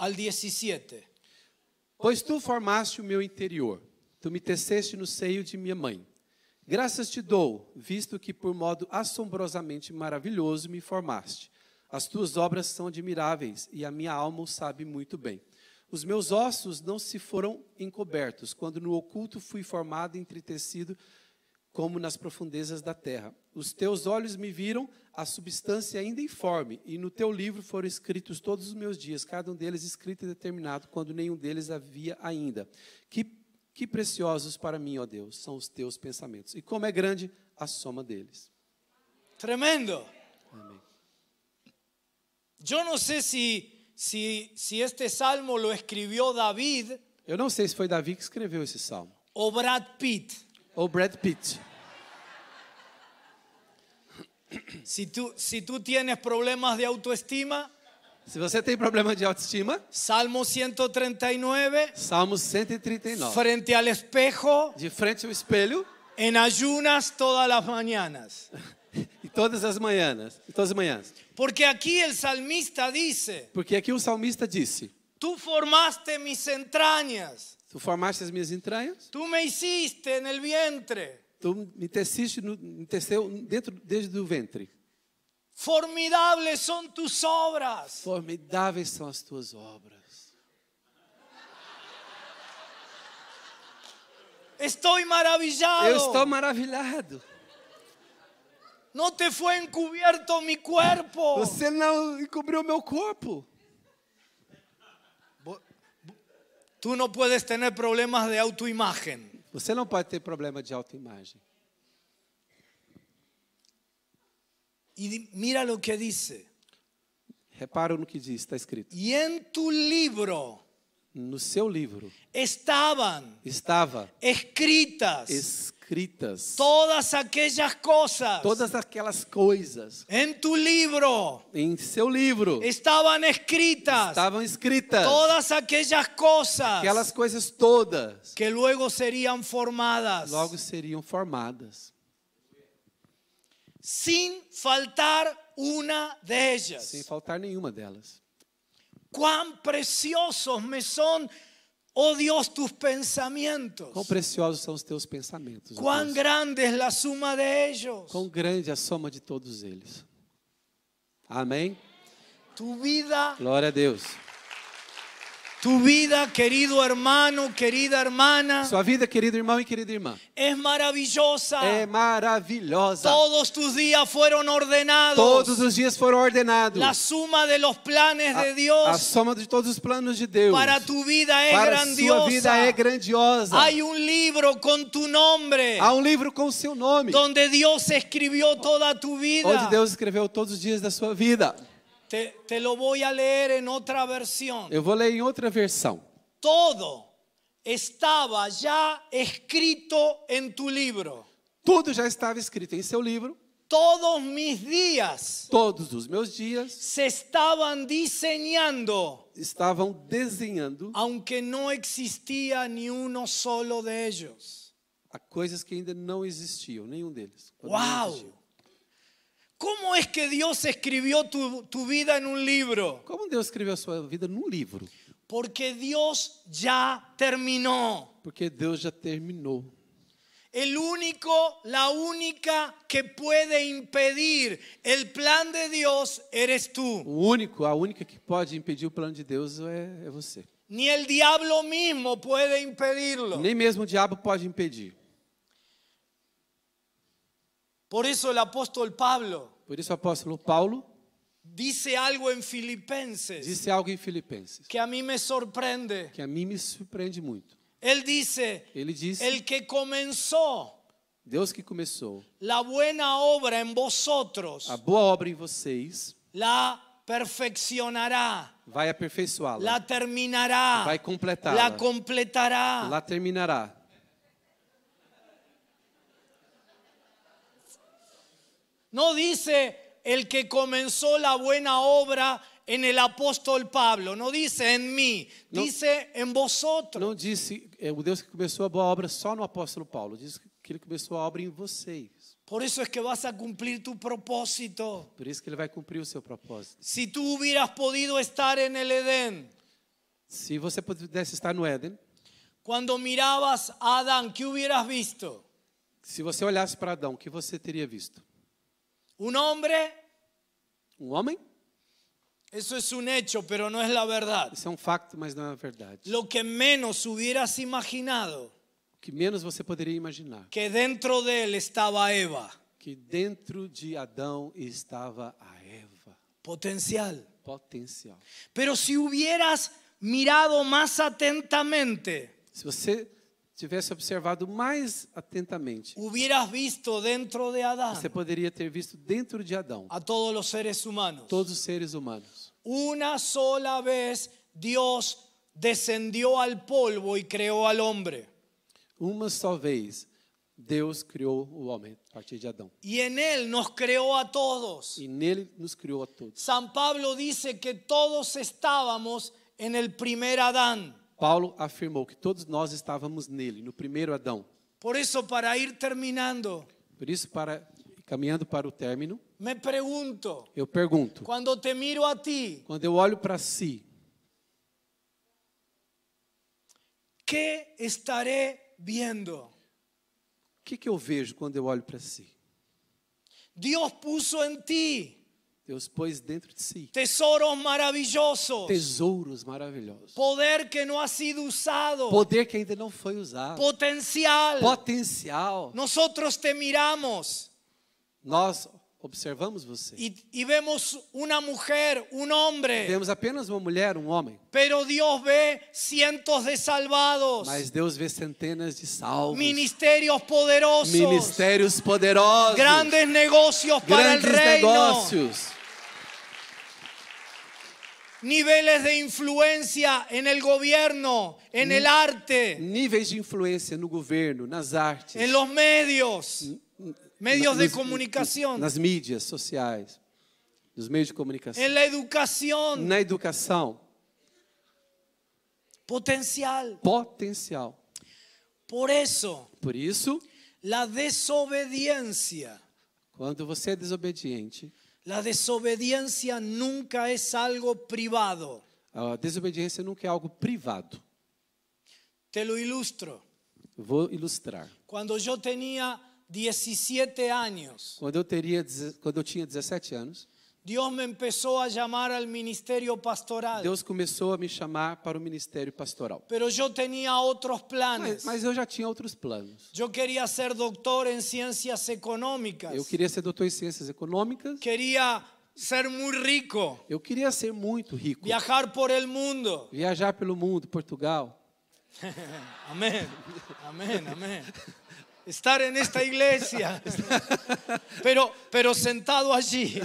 al 17. Pois tu formaste o meu interior, tu me teceste no seio de minha mãe. Graças te dou, visto que por modo assombrosamente maravilhoso me formaste. As tuas obras são admiráveis e a minha alma o sabe muito bem. Os meus ossos não se foram encobertos, quando no oculto fui formado e entretecido como nas profundezas da terra. Os teus olhos me viram a substância ainda informe, e no teu livro foram escritos todos os meus dias, cada um deles escrito e determinado, quando nenhum deles havia ainda. Que, que preciosos para mim, ó Deus, são os teus pensamentos, e como é grande a soma deles. Tremendo. Amém. Yo no sé si, si, si este salmo lo escribió David Eu não sei se foi Davi que escreveu esse salmo, o Brad Pitt. ou Brad Pitt. Si tú, si tú tienes problemas de autoestima, Se você tem problema de autoestima, Salmo 139, Salmo 139. frente al espejo, De frente ao espelho, en ayunas todas las mañanas. e todas as manhãs, e todas as manhãs. Porque aquí el salmista dice, Porque aqui o salmista disse: tú formaste mis entrañas, Tu formaste as minhas entranhas, tú me hiciste en el vientre, tu me teciste no, me teceu dentro desde o ventre. formidables son tus obras. Formidáveis são as tuas obras. Estoy maravillado. Eu estou maravilhado. No te fue encubierto mi cuerpo. Você não encobriu meu corpo. Tú no puedes tener problemas de autoimagen. Você não pode ter problema de autoimagem. Y di- mira lo que dice. Repara no que diz, está escrito. Y en tu libro No seu livro estaban estava escritas escritas todas aquellas cosas. todas aquelas coisas. En tu libro Em seu livro estaban escritas estavam escritas todas aquellas cosas aquelas coisas todas. que luego serían formadas logo seriam formadas, sin faltar una de ellas. sem faltar nenhuma delas. Cuán preciosos me son, oh Dios, tus pensamientos. Quão preciosos são os teus pensamentos. ó Cuán Deus. grande es la suma de ellos. Quão grande a soma de todos eles. Amém? Tu vida, Glória a Deus. tu vida, querido hermano, querida hermana, Sua vida, querido irmão e querida irmã, es é maravillosa. maravilhosa. Todos tus días fueron Todos ordenados. os dias foram ordenados. La suma de los planes de A, a Dios soma de todos os planos de Deus para tu vida es para a sua vida é grandiosa. grandiosa. Hay un libro con tu nombre Há um livro com o seu nome, donde Dios escribió toda tu vida. onde Deus escreveu todos os dias da sua vida. Te, te lo voy a leer en otra versión. Eu vou ler em outra versão. Todo estaba ya escrito en tu libro. Tudo já estava escrito em seu livro, Todos mis días todos os meus dias se estaban diseñando, estavam desenhando aunque no existía ni uno solo de ellos. a coisas que ainda não existiam, nenhum deles. Quando não ¡Wow! existia. ¿Cómo es que Dios escribió tu, tu vida en un libro? Como Deus escreveu a sua vida num livro? Porque Dios ya terminó. Porque Deus já terminou. El único, la única que puede impedir el plan de Dios eres tú. O único, a única que pode impedir o plano de Deus é, é você. Ni el diablo mismo puede impedirlo. Nem mesmo o diabo pode impedir. Por eso el apóstol Pablo Por isso o apóstolo Paulo dice algo en Filipenses disse algo em Filipenses que a mí me sorprende. que a mim me surpreende muito. Él dice, Ele disse: el que comenzó Deus que começou la buena obra en vosotros, a boa obra em vocês la perfeccionará, vai aperfeiçoá-la. la terminará, Vai completá-la. la completará. Lá terminará. No dice el que comenzó la buena obra en el apóstol Pablo, no dice en mí, No. dice en vosotros. Não disse é, o Deus que começou a boa obra só no apóstolo Paulo. Diz porque ele começou a obra em vocês. Por eso es que vas a cumplir tu propósito. Por isso que ele vai cumprir o seu propósito. Si tú hubieras podido estar en el Edén, Se você pudesse estar no Éden, cuando mirabas a Adán, ¿qué hubieras visto? se você olhasse para Adão, o que você teria visto? Un hombre, Um homem? eso es un hecho, pero no es la verdad. Isso é um facto, mas não é a verdade. Lo que menos hubieras imaginado O que menos você poderia imaginar, que dentro de él estaba Eva, que dentro de Adão estava a Eva, potencial. potencial. Pero si hubieras mirado más atentamente, Se você tivesse observado mais atentamente, hubieras visto dentro de Adán você poderia ter visto dentro de Adão a todos los seres humanos. todos os seres humanos. Una sola vez Dios descendió al polvo y creó al hombre. Uma só vez Deus criou o homem a partir de Adão. Y en él nos creó a todos. E nele nos criou a todos. San Pablo dice que todos estábamos en el primer Adán. Paulo afirmou que todos nós estávamos nele, no primeiro Adão. Por eso, para ir terminando, Por isso, para caminhando para o término, me pregunto, eu pergunto: cuando te miro a ti, quando eu olho para si, ¿qué estaré viendo? o que, que eu vejo quando eu olho para si? Dios puso en ti Deus pôs dentro de si tesoros maravillosos, tesouros maravilhosos, poder que no ha sido usado, poder que ainda não foi usado, potencial. potencial. Nosotros te miramos Nós observamos você. y, y vemos una mujer, un hombre, Vemos apenas uma mulher, um homem, pero Dios ve cientos de salvados, mas Deus vê centenas de salvos, ministerios poderosos, ministérios poderosos, grandes negocios para el grandes reino, negócios. niveles de influencia en el gobierno, en el arte, níveis de influência no governo, nas artes, en los medios, medios de nas- comunicação, nas mídias sociais, nos meios de comunicação, en la educación, na educação, potencial. potencial. Por eso, Por isso, la desobediencia. quando você é desobediente, La desobediencia nunca es algo privado. a desobediência nunca é algo privado. Te lo ilustro. Eu Vou ilustrar. Cuando yo tenía 17 años, Quando eu teria deze- quando eu tinha 17 anos, Dios me empezó a llamar al ministerio pastoral, Deus começou a me chamar para o ministério pastoral. pero yo tenía otros Mas, planes. mas eu já tinha outros planos. Yo quería ser doctor en ciencias económicas. Eu queria ser doutor em ciências econômicas. Quería ser muy rico, Eu queria ser muito rico. viajar por el mundo. Viajar pelo mundo, Portugal. Amén, amén, amén. Estar en esta iglesia, pero, pero sentado allí.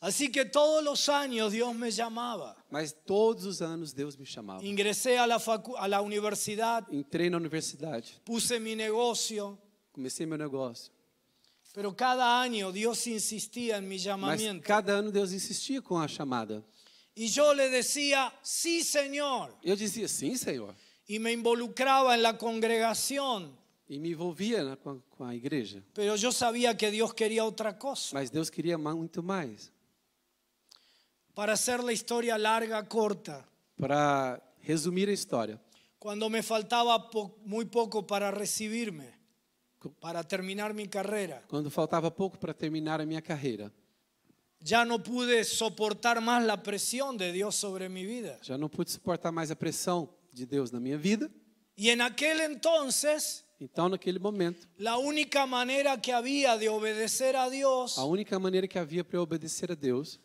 Así que todos los años Dios me llamaba. Mas todos os anos Deus me chamava. Ingresé a la, facu- a la universidad, Entrei na universidade, puse mi negocio, comecei meu negócio. pero cada año Dios insistía en mi Mas llamamiento. cada ano Deus insistia com a chamada. Y yo le decía, sí Señor, Eu dizia sim, Senhor, y me involucraba en la congregación, e me envolvia na- com a, com a igreja. pero yo sabía que Dios quería otra cosa. Mas Deus queria ma- muito mais. Para hacer la historia larga, corta, Para resumir a história, cuando me faltaba po- muy poco para recibirme, Co- para terminar mi carrera, quando faltava pouco para terminar a minha carreira, ya no pude soportar más la presión de Dios sobre mi vida. já não pude suportar mais a pressão de Deus na minha vida. Y en aquel entonces, Então, naquele momento, la única manera que había de obedecer a Dios a única maneira que havia para eu obedecer a Deus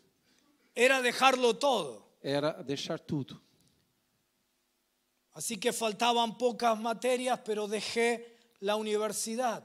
era dejarlo todo. era deixar tudo. Así que faltaban pocas materias, pero dejé la universidad.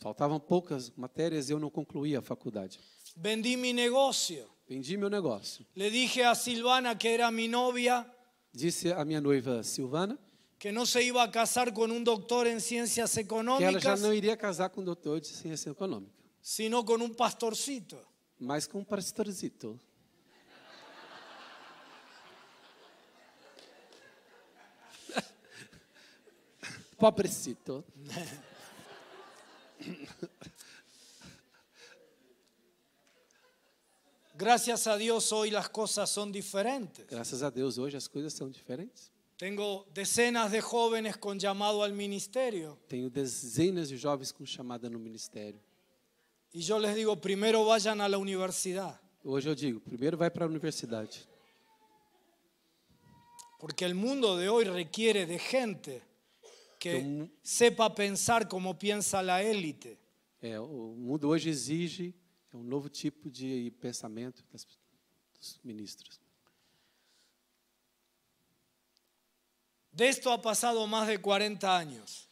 Faltavam poucas matérias e eu não concluía a faculdade. Vendí mi negocio. Vendi meu negócio. Le dije a Silvana, que era mi novia, Disse a minha noiva Silvana que no se iba a casar con un doctor en ciencias que ela já económicas, não iria casar com o doutor de ciência econômica, sino con un pastorcito. mas com um pastorzito. pobrecito. Gracias a Dios hoy las cosas son diferentes. Graças a Deus, hoje as coisas são diferentes. Tengo decenas de jóvenes con llamado al ministerio Tenho dezenas de jovens com chamada no ministério. y yo les digo, primero vayan a la universidad, Hoje eu digo, primeiro vai para a universidade, porque el mundo de hoy requiere de gente que Yo- sepa pensar como piensa la élite. É, o mundo hoje exige um novo tipo de pensamento das- dos ministros. De esto ha pasado más de 40 años.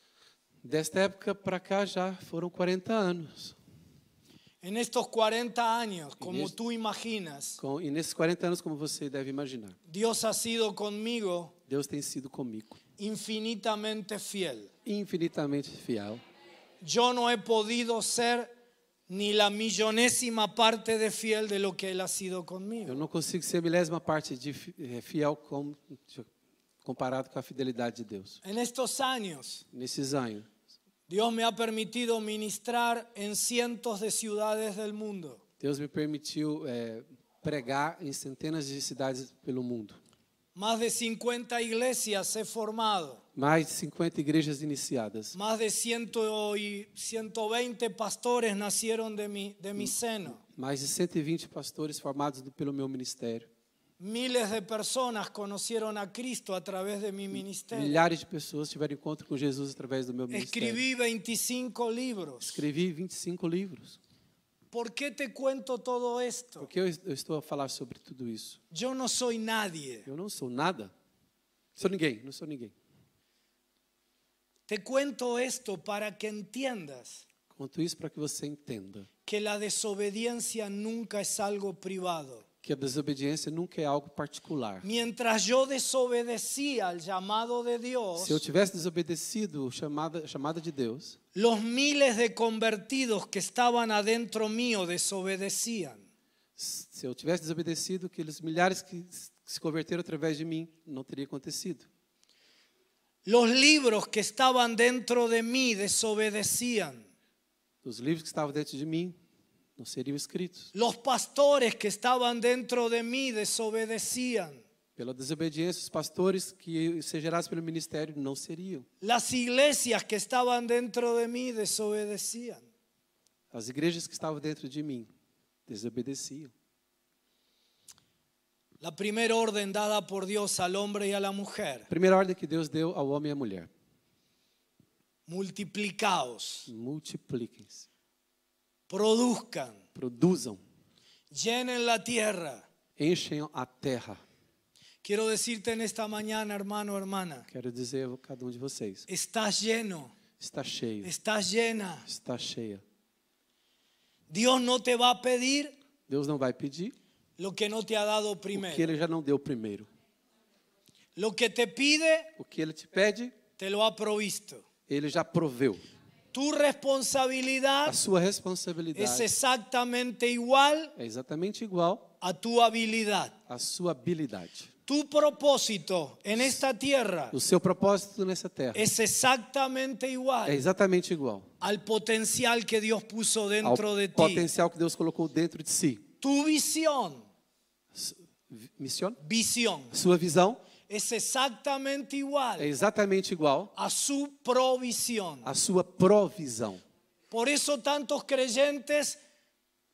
Desta época para cá já foram 40 anos. En estos 40 años, como Inés. tú imaginas, Com, e nesses 40 anos, como você deve imaginar, Dios ha sido conmigo Deus tem sido comigo, infinitamente fiel. infinitamente fiel. Yo no he podido ser ni la millonésima parte de fiel de lo que Él ha sido Eu conmigo. não consigo ser a milésima parte de fi- eh, fiel com, de- comparado com a fidelidade de Deus. En estos años, Nesses anos, Dios me ha permitido ministrar en cientos de ciudades del mundo. Deus me permitiu eh, pregar em centenas de cidades pelo mundo. Más de 50 iglesias he formado, Mais de 50 igrejas iniciadas. más de 100 y 120 pastores nacieron de mi, de mi seno, Mais de 120 pastores formados do- pelo meu ministério. miles de personas conocieron a Cristo a través de mi ministerio. Milhares de pessoas tiveram encontro com Jesus através do meu ministério. Escribí 25 libros. Escrevi 25 livros. ¿Por qué te cuento todo esto? Por que eu es- eu estou a falar sobre tudo isso? Yo no soy nadie. Eu não sou nada. Sou ninguém, não sou ninguém. Te cuento esto para que entiendas Conto isso para que você entenda que la desobediencia nunca es algo privado. que a desobediência nunca é algo particular. Mientras yo desobedecía al llamado de Se eu Dios, tivesse desobedecido a chamada, a chamada de Deus, los miles de convertidos que estaban adentro mío desobedecían. se eu tivesse desobedecido, aqueles milhares que s- se converteram através de mim não teria acontecido. Los libros que estaban dentro de mí desobedecían. Os livros que estavam dentro de mim não seriam escritos. Los pastores que estaban dentro de mí desobedecían. Pela desobediência, os pastores que se gerassem pelo ministério não seriam. Las iglesias que estaban dentro de mí desobedecían. As igrejas que estavam dentro de mim desobedeciam. La primera orden dada por Dios al hombre y a la mujer. Primeira ordem que Deus deu ao homem e à mulher: Multiplicaos, multipliquem-se, produzcan, produzam, llenen la tierra. enchem a terra. Quiero decirte en esta mañana, hermano, hermana, Quero dizer a cada um de vocês: estás lleno, está cheio, estás llena. está cheia. Dios no te va a pedir Deus não vai pedir lo que no te ha dado o que primero. ele já não deu primeiro. Lo que te pide, O que ele te pede, te lo ha provisto. ele já proveu. Tu A responsabilidad sua es responsabilidade exactamente igual é exatamente igual a tu habilidad. à sua habilidade. Tu propósito en esta tierra O seu propósito nessa terra es exactamente é igual exatamente igual al potencial que Dios puso ao dentro de ti. potencial que Deus colocou dentro de si. Tu visión, Vi- Missiona? visión, Sua visão es exactamente é igual exatamente igual a su provisión. à sua provisão. Por eso tantos creyentes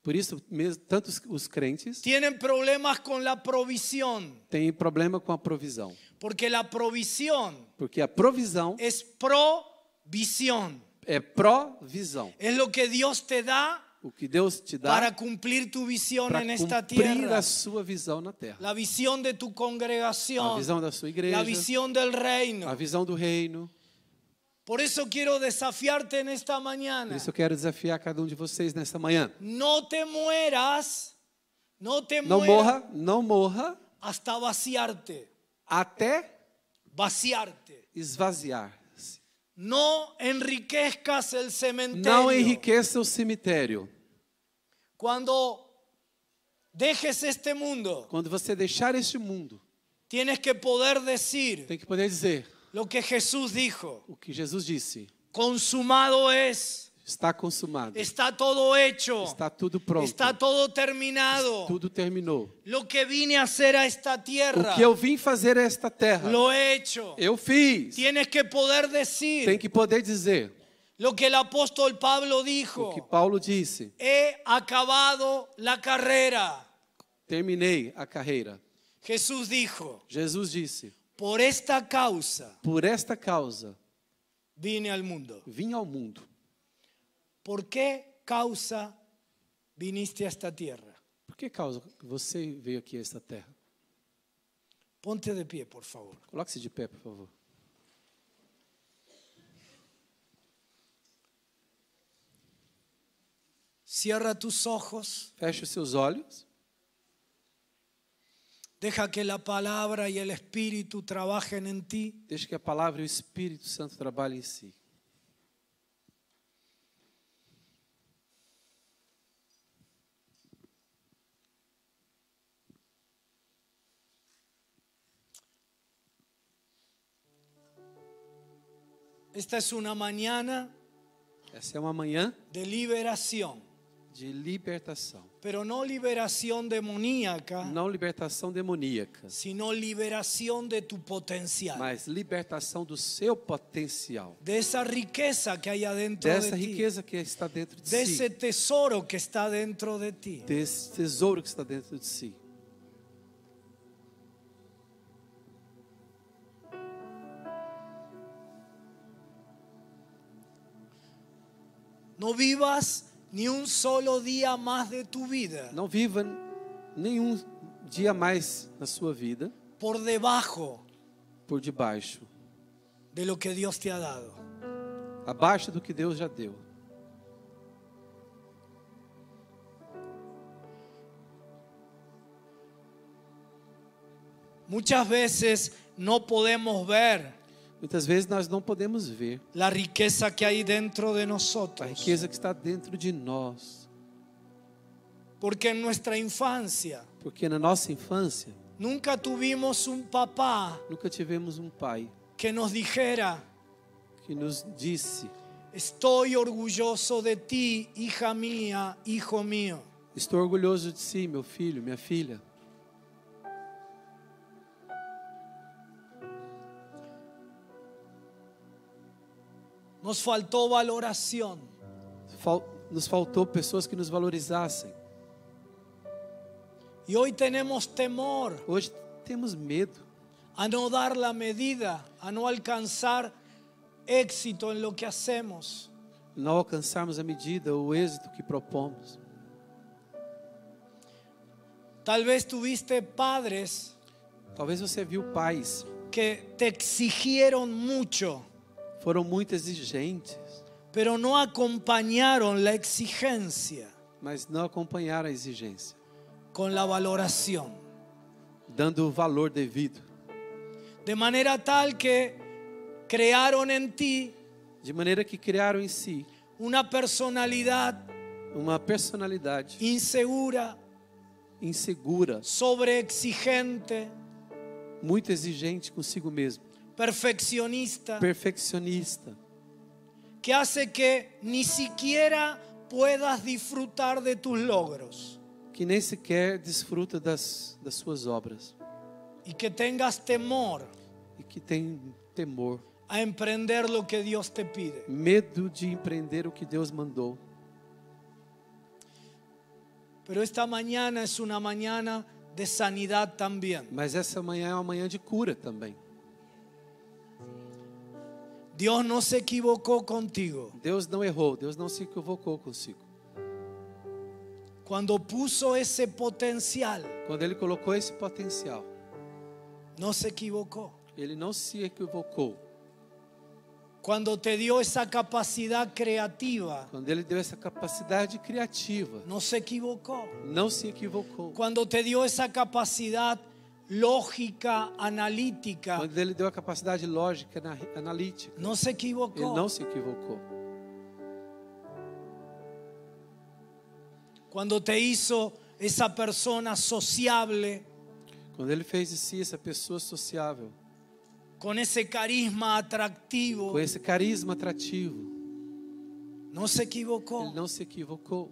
Por isso, mesmo, tanto os- os crentes tienen problemas con la provisión, têm problema com a provisão, porque la provisión porque a provisão es provisión. é provisão. Es lo que Dios te da O que Deus te dá para cumplir tu visión para en esta cumprir tierra. a sua visão na terra. La visión de tu A congregación. visão da sua la igreja, visión del a reino. visão do reino. Por eso quiero desafiarte en esta Por mañana. isso eu quero desafiar cada um de vocês nessa manhã. No te mueras, no te Não mueras morra, não morra hasta vaciarte, até vaciarte. esvaziar-se. No enriquezcas el Não cementerio. enriqueça o cemitério. Cuando dejes este mundo, Quando você deixar este mundo, tienes que poder decir, tem que poder dizer: Lo que Jesús dijo, O que Jesus disse: consumado es, está consumado, está todo hecho, está tudo pronto, está todo terminado. tudo terminou. Lo que vine a hacer a esta tierra, O que eu vim fazer a esta terra, lo he hecho. eu fiz. Tienes que poder Tem decir que poder dizer lo que el apóstol Pablo o que dijo. Paulo disse: He acabado la carrera. terminei a carreira. Jesús dijo, Jesus disse: por esta causa por esta causa vine al mundo. vim ao mundo. ¿Por qué causa viniste a esta tierra? Por que causa você veio aqui a esta terra? Ponte de pie, por favor. Coloque-se de pé, por favor. Cierra tus ojos. Feche os seus olhos. Deja que la palabra y el espíritu trabajen en ti. Deixe que a palavra e o Espírito Santo trabalhem em si. Esta es una mañana Essa é uma manhã de liberación, de libertação. pero no liberación demoníaca, Não libertação demoníaca, sino liberación de tu potencial, mas libertação do seu potencial. de esa riqueza que hay adentro Dessa de ti, riqueza que está dentro de de ese si. tesoro que está dentro de ti. Desse tesouro que está dentro de si. No vivas ni un solo día más de tu vida Não viva nenhum dia mais na sua vida por debajo por debaixo, de lo que Dios te ha dado. abaixo do que Deus já deu. Muchas veces no podemos ver Muitas vezes nós não podemos ver la riqueza que hay dentro de a nosotros, riqueza que está dentro de nós, porque en nuestra infancia porque na nossa infância nunca tuvimos un papá nunca tivemos um pai que nos dijera, que nos disse: estoy orgulloso de ti, hija mía, hijo mío. Estou orgulhoso de si, meu filho, minha filha. Nos faltó valoración, Fal- Nos faltou pessoas que nos valorizassem. y hoy tenemos temor Hoje temos medo a no dar la medida, a no alcanzar éxito en lo que hacemos. de não alcançarmos a medida ou o êxito que propomos. Tal vez tuviste padres Talvez você viu pais que te exigieron mucho, foram muito exigentes, pero no acompañaron la exigencia mas não acompanharam a exigência, con la valoración. dando o valor devido, De manera tal que crearon en ti de maneira que criaram em si una personalidad uma personalidade insegura, insegura, sobreexigente, muito exigente consigo mesmo, perfeccionista, perfeccionista, que hace que ni siquiera puedas disfrutar de tus logros que nem sequer desfruta das, das suas obras y que tengas temor e que tem temor, a emprender lo que Dios te pide. medo de empreender o que Deus mandou. Pero esta mañana es una mañana de sanidad también. Mas essa manhã é uma manhã de cura também. Dios no se equivocó contigo Deus não errou, Deus não se equivocou consigo. cuando puso ese potencial. Quando ele colocou esse potencial, No se equivocó. ele não se equivocou. Cuando te dio esa capacidad creativa, Quando ele deu essa capacidade criativa, no se equivocó. não se equivocou. Cuando te dio esa capacidad lógica, analítica, Quando ele deu a capacidade lógica, na- analítica, Eh, no se ele não equivocó. se equivocou. Cuando te hizo esa persona sociable, Quando ele fez de si essa pessoa sociável, con ese carisma atractivo. com esse carisma atrativo. No se Ele equivocó. não se equivocou.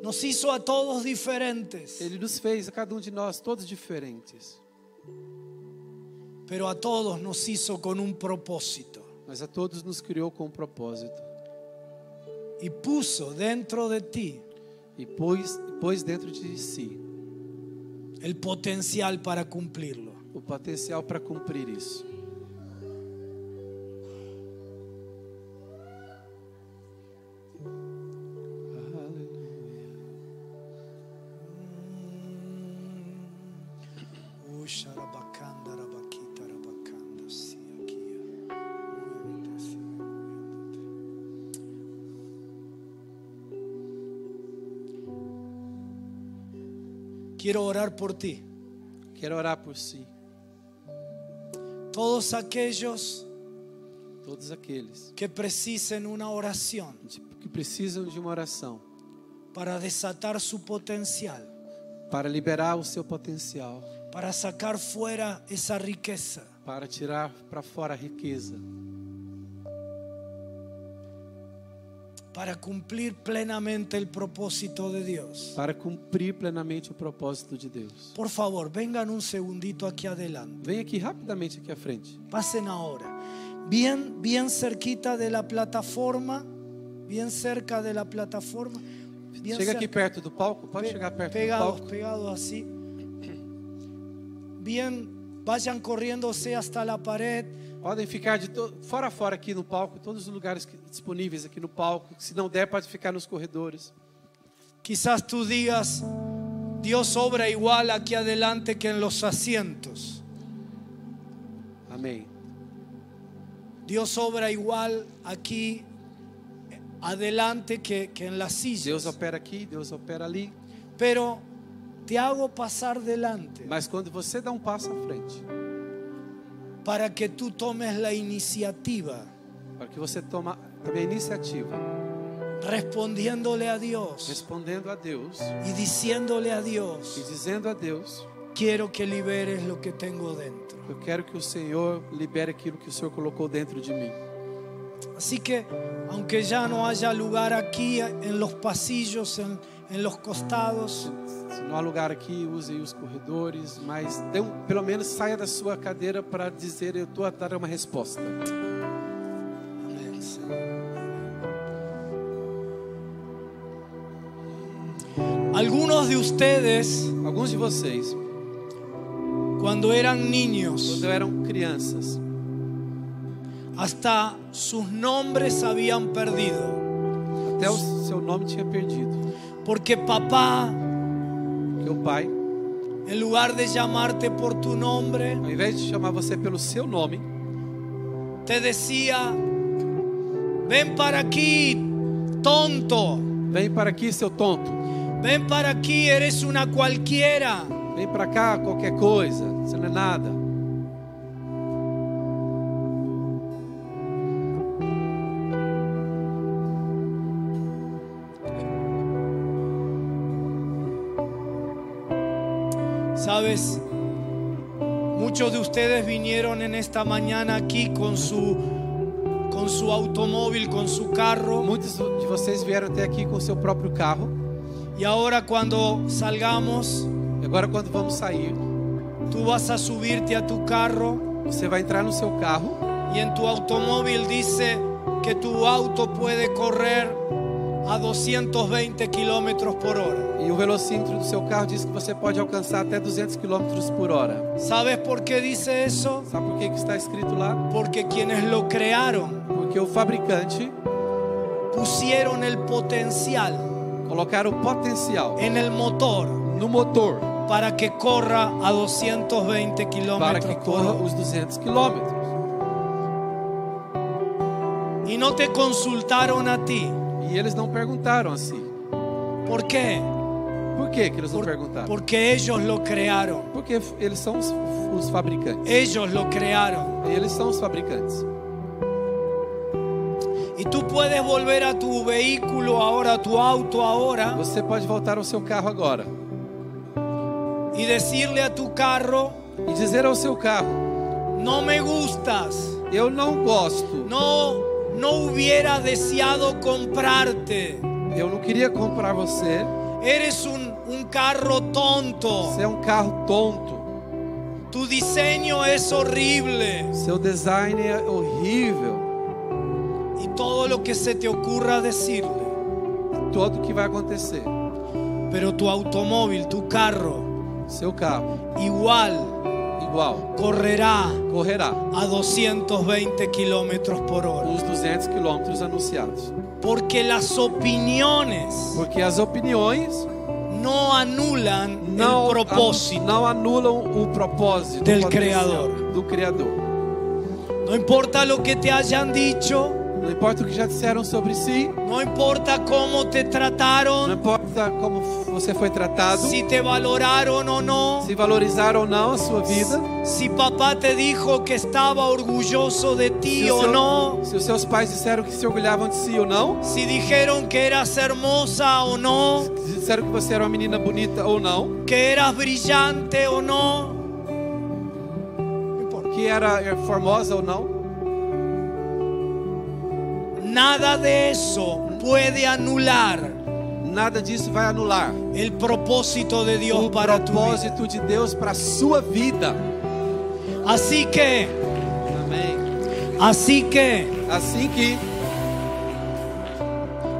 Nos hizo a todos diferentes, Ele nos fez, a cada um de nós, todos diferentes. pero a todos nos hizo con un propósito. Mas a todos nos criou com um propósito. Y puso dentro de ti E pôs, pôs dentro de si el potencial para cumplirlo. o potencial para cumprir isso. Quiero orar por ti. Quero orar por si, Todos aquellos todos aqueles que precisen una oración de- que precisam de uma oração para desatar su potencial, para liberar o seu potencial, para sacar fuera esa riqueza. para tirar para fora a riqueza, para cumplir plenamente el propósito de Dios. para cumprir plenamente o propósito de Deus. Por favor, vengan un segundito aquí adelante. Vem aqui rapidamente aqui à frente. Pasen ahora. Bien, bien cerquita de la plataforma, bien cerca de la plataforma. Bien Chega cerca. aqui perto do palco, pode Pe- chegar perto do pegados, palco. pegados así. Bien, vayan corriéndose hasta la pared. Podem ficar de to- fora a fora aqui no palco, todos os lugares que- disponíveis aqui no palco. Se não der, pode ficar nos corredores. Quizás tú digas, Dios obra igual aquí adelante que en los asientos. Amém. Dios obra igual aquí eh, adelante que, que en las Deus sillas. opera aqui, Deus opera ali. Pero te hago pasar delante Mas quando você dá um passo à frente, para que tú tomes la iniciativa para que você toma também a iniciativa, respondiéndole a Dios respondendo a Deus y diciéndole a e Dios, dizendo a Deus: quiero que liberes lo que tengo dentro. Eu quero que o Senhor libere aquilo que o Senhor colocou dentro de mim. Así que aunque ya no haya lugar aquí en los pasillos, en, en los costados, Se não há lugar aqui, use aí os corredores, mas dê um- pelo menos saia da sua cadeira para dizer: Eu estou a dar uma resposta. Amén, Señor. Algunos de ustedes, Alguns de vocês, cuando eran quando niños, eram crianças, hasta sus nombres habían perdido, até o seu nome tinha perdido. porque papá, Porque o pai, en lugar de llamarte por tu nombre, ao invés de chamar você pelo seu nome, te decía, ven para aquí, tonto, vem para aqui, seu tonto. ven para aquí, eres una cualquiera. Vem para cá, qualquer coisa, você não é nada. Sabes, muchos de ustedes vinieron en esta mañana aquí con su con su automóvil, con su carro Muitos de vocês vieram até aqui com o seu próprio carro. y ahora cuando salgamos E agora, quando vamos sair, tú vas a subirte a tu carro você vai entrar no seu carro y en tu automóvil dice que tu auto puede correr a 220 kilómetros por hora. e o velocímetro do seu carro diz que você pode alcançar até 200 km por hora. ¿Sabes por qué dice eso? Sabe por que, que está escrito lá? Porque quienes lo crearon Porque o fabricante pusieron el potencial colocaram o potencial en el motor no motor para que corra a 220 para que kilómetros por corra hora. os 200 km. Y no te consultaron a ti. E eles não perguntaram assim. ¿Por qué? Por que, que eles não Por- perguntaram? porque ellos lo crearon. Porque eles são os, os fabricantes. Ellos lo crearon. Eles são os fabricantes. Y tú puedes volver a tu vehículo ahora, a tu auto ahora, Você pode voltar ao seu carro agora y decirle a tu carro, e dizer ao seu carro: no me gustas, Eu não gosto. no, no hubiera deseado comprarte, Eu não queria comprar você. eres un, un carro tonto, Você é um carro tonto. tu diseño es horrible Seu design é horrível. y todo lo que se te ocurra decirle. Tudo que vai acontecer. Pero tu automóvil, tu carro, Seu carro, igual igual, correrá correrá a 220 kilómetros por hora. os 200 quilômetros anunciados. Porque las opiniones Porque as opiniões no anulan não, el propósito. não anulam o propósito Del o potencial Criador. do Criador. No importa lo que te hayan dicho, Não importa o que já disseram sobre si, no importa cómo te não trataron, importa como você foi tratado, si te valoraron o no, se valorizaram ou não a sua vida, si papá te dijo que estaba orgulloso de ti se, o o seu- no, se os seus pais disseram que se orgulhavam de si ou não, si dijeron que eras hermosa o no, disseram que você era uma menina bonita ou não, que eras brillante o no. No importa. que era eh, formosa ou não, Nada de eso puede anular nada disso vai anular el propósito de Dios o para tu vida. propósito de Deus para a sua vida. Así que, Amém. así que Assim que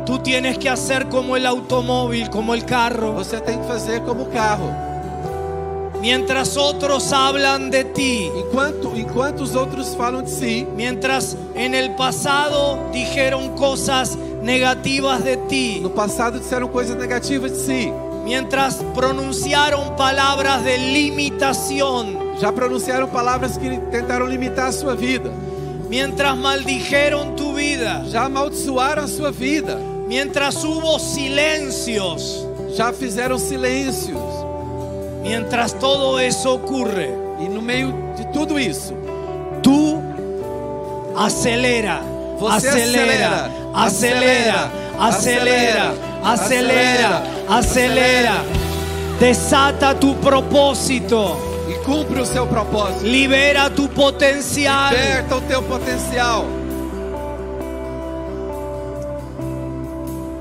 tú tienes que hacer como el automóvil, como el carro. você tem que fazer como o carro. Mientras otros hablan de ti, Enquanto, enquanto os outros falam de si, mientras en el pasado dijeron cosas negativas de ti, no passado disseram coisas negativas de si, mientras pronunciaron palabras de limitación, já pronunciaram palavras que tentaram limitar a sua vida, mientras maldijeron tu vida, já amaldiçoaram a sua vida, mientras hubo silencios, já fizeram silêncios. mientras todo eso ocurre, E no meio de tudo isso, tú acelera, Você acelera, acelera, acelera, acelera, acelera, acelera, acelera. acelera. Desata tu propósito, e cumpre o seu propósito, libera tu potencial. liberta o teu potencial.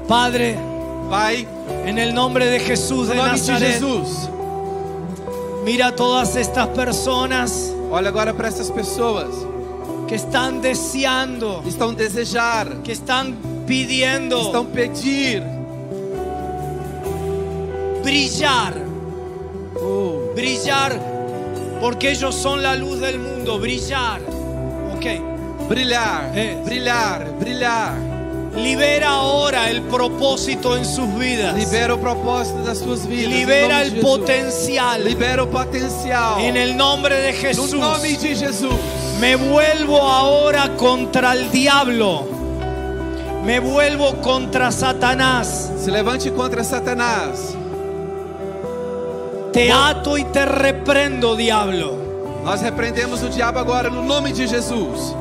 Padre, Pai, en el nombre de Jesús no de nome de Nazaret, Jesus, mira todas estas personas olha agora para essas pessoas que están deseando, que estão desejar, que que están pidiendo. estão pedir, brillar, oh, brillar, porque ellos son la luz del mundo, brillar. Ok, brilhar, É. brilhar, brilhar. libera ahora el propósito en sus vidas, Libera o propósito das suas vidas. em libera nome el de Jesus. potencial Libera o potencial. en el nombre de no Jesús. nome de Jesus. Me vuelvo ahora contra el diablo, me vuelvo contra Satanás, Se levante contra Satanás. te ato y te reprendo, diablo. Nós repreendemos o diabo agora no nome de Jesus.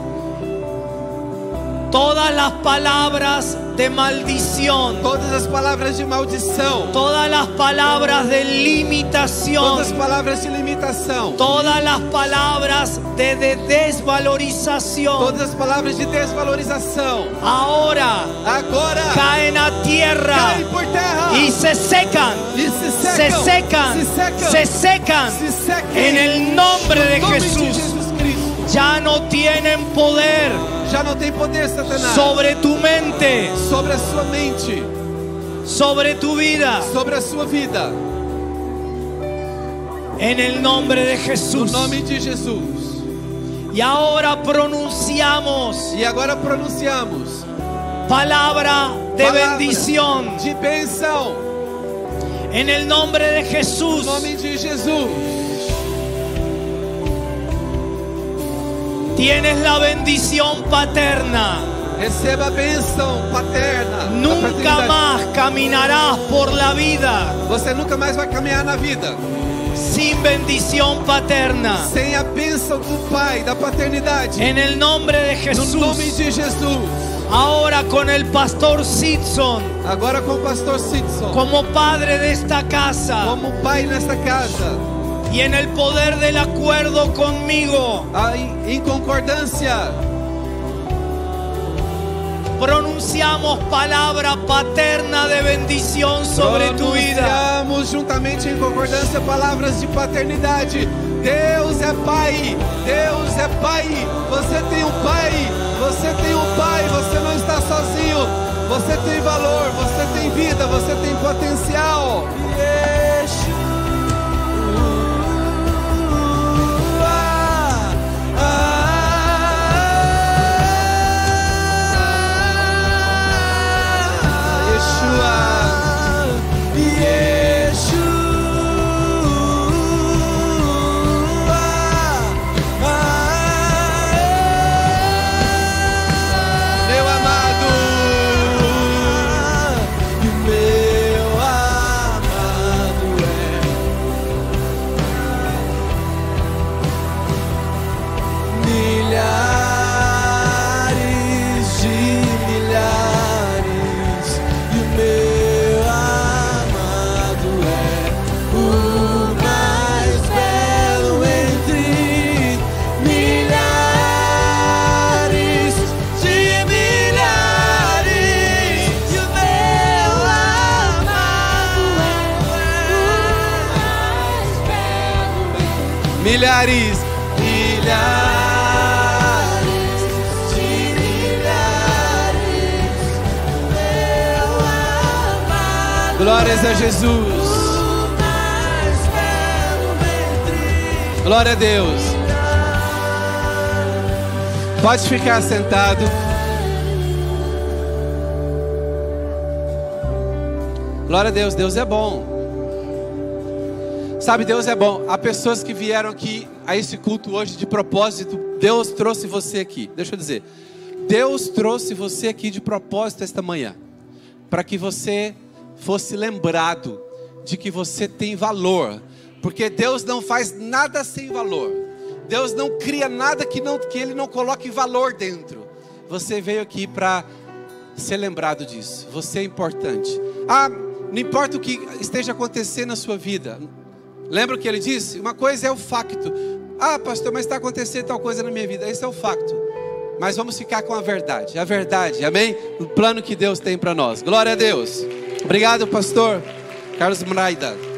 Todas las palabras de maldición, Todas as palavras de maldição, todas las palabras de limitación, todas as palavras de limitação, Todas las palabras de, de desvalorización todas as palavras de desvalorização, ahora agora caen a tierra caem por terra y se secan, e se se secam, secan, se secam, se secan. se secam. En el nombre de No nome de Jesús Jesus Cristo. ya no tienen poder Já não tem poder Satanás sobre tu mente, sobre a sua mente, sobre tu vida. sobre a sua vida. En el nombre de No Jesús. nome de Jesus. Y ahora pronunciamos E agora pronunciamos palabra de palavras bendición. de bênção. En el nombre de No Jesús. nome de Jesus. Tienes la bendición paterna. Receba a bênção paterna. da Nunca paternidade. más caminarás por la vida Você nunca mais vai caminhar na vida sin bendición paterna. sem a bênção do Pai, da paternidade. En el nombre de No nome Jesús. de Jesus. Ahora con el pastor Simpson Agora com o pastor Sidson, como padre de esta casa como pai nesta casa. y en el poder del acuerdo conmigo Ah, em- em concordância, pronunciamos palabra paterna de bendición sobre tu vida. pronunciamos juntamente em concordância palavras de paternidade. Deus é pai, Deus é pai. Você tem um pai, você tem um pai. Você não está sozinho. Você tem valor, você tem vida, você tem potencial. Yeshua. Meu amado, meu amado é milhares de milhares e o meu amado é o mais belo entre milhares de milhares e o meu amado é milhares, milhares de milhares meu amado. Glórias a Jesus. er Glória a Deus. Pode ficar sentado. Glória a Deus, Deus é bom. Sabe, Deus é bom. Há pessoas que vieram aqui a esse culto hoje de propósito. Deus trouxe você aqui. Deixa eu dizer. Deus trouxe você aqui de propósito esta manhã. Para que você fosse lembrado de que você tem valor. Porque Deus não faz nada sem valor. Deus não cria nada que, não, que Ele não coloque valor dentro. Você veio aqui para ser lembrado disso. Você é importante. Ah, não importa o que esteja acontecendo na sua vida. Lembra o que ele disse? Uma coisa é o facto. Ah, pastor, mas está acontecendo tal coisa na minha vida. Esse é o facto. Mas vamos ficar com a verdade. A verdade, amém? O plano que Deus tem para nós. Glória a Deus. Obrigado, pastor Carlos Mraida.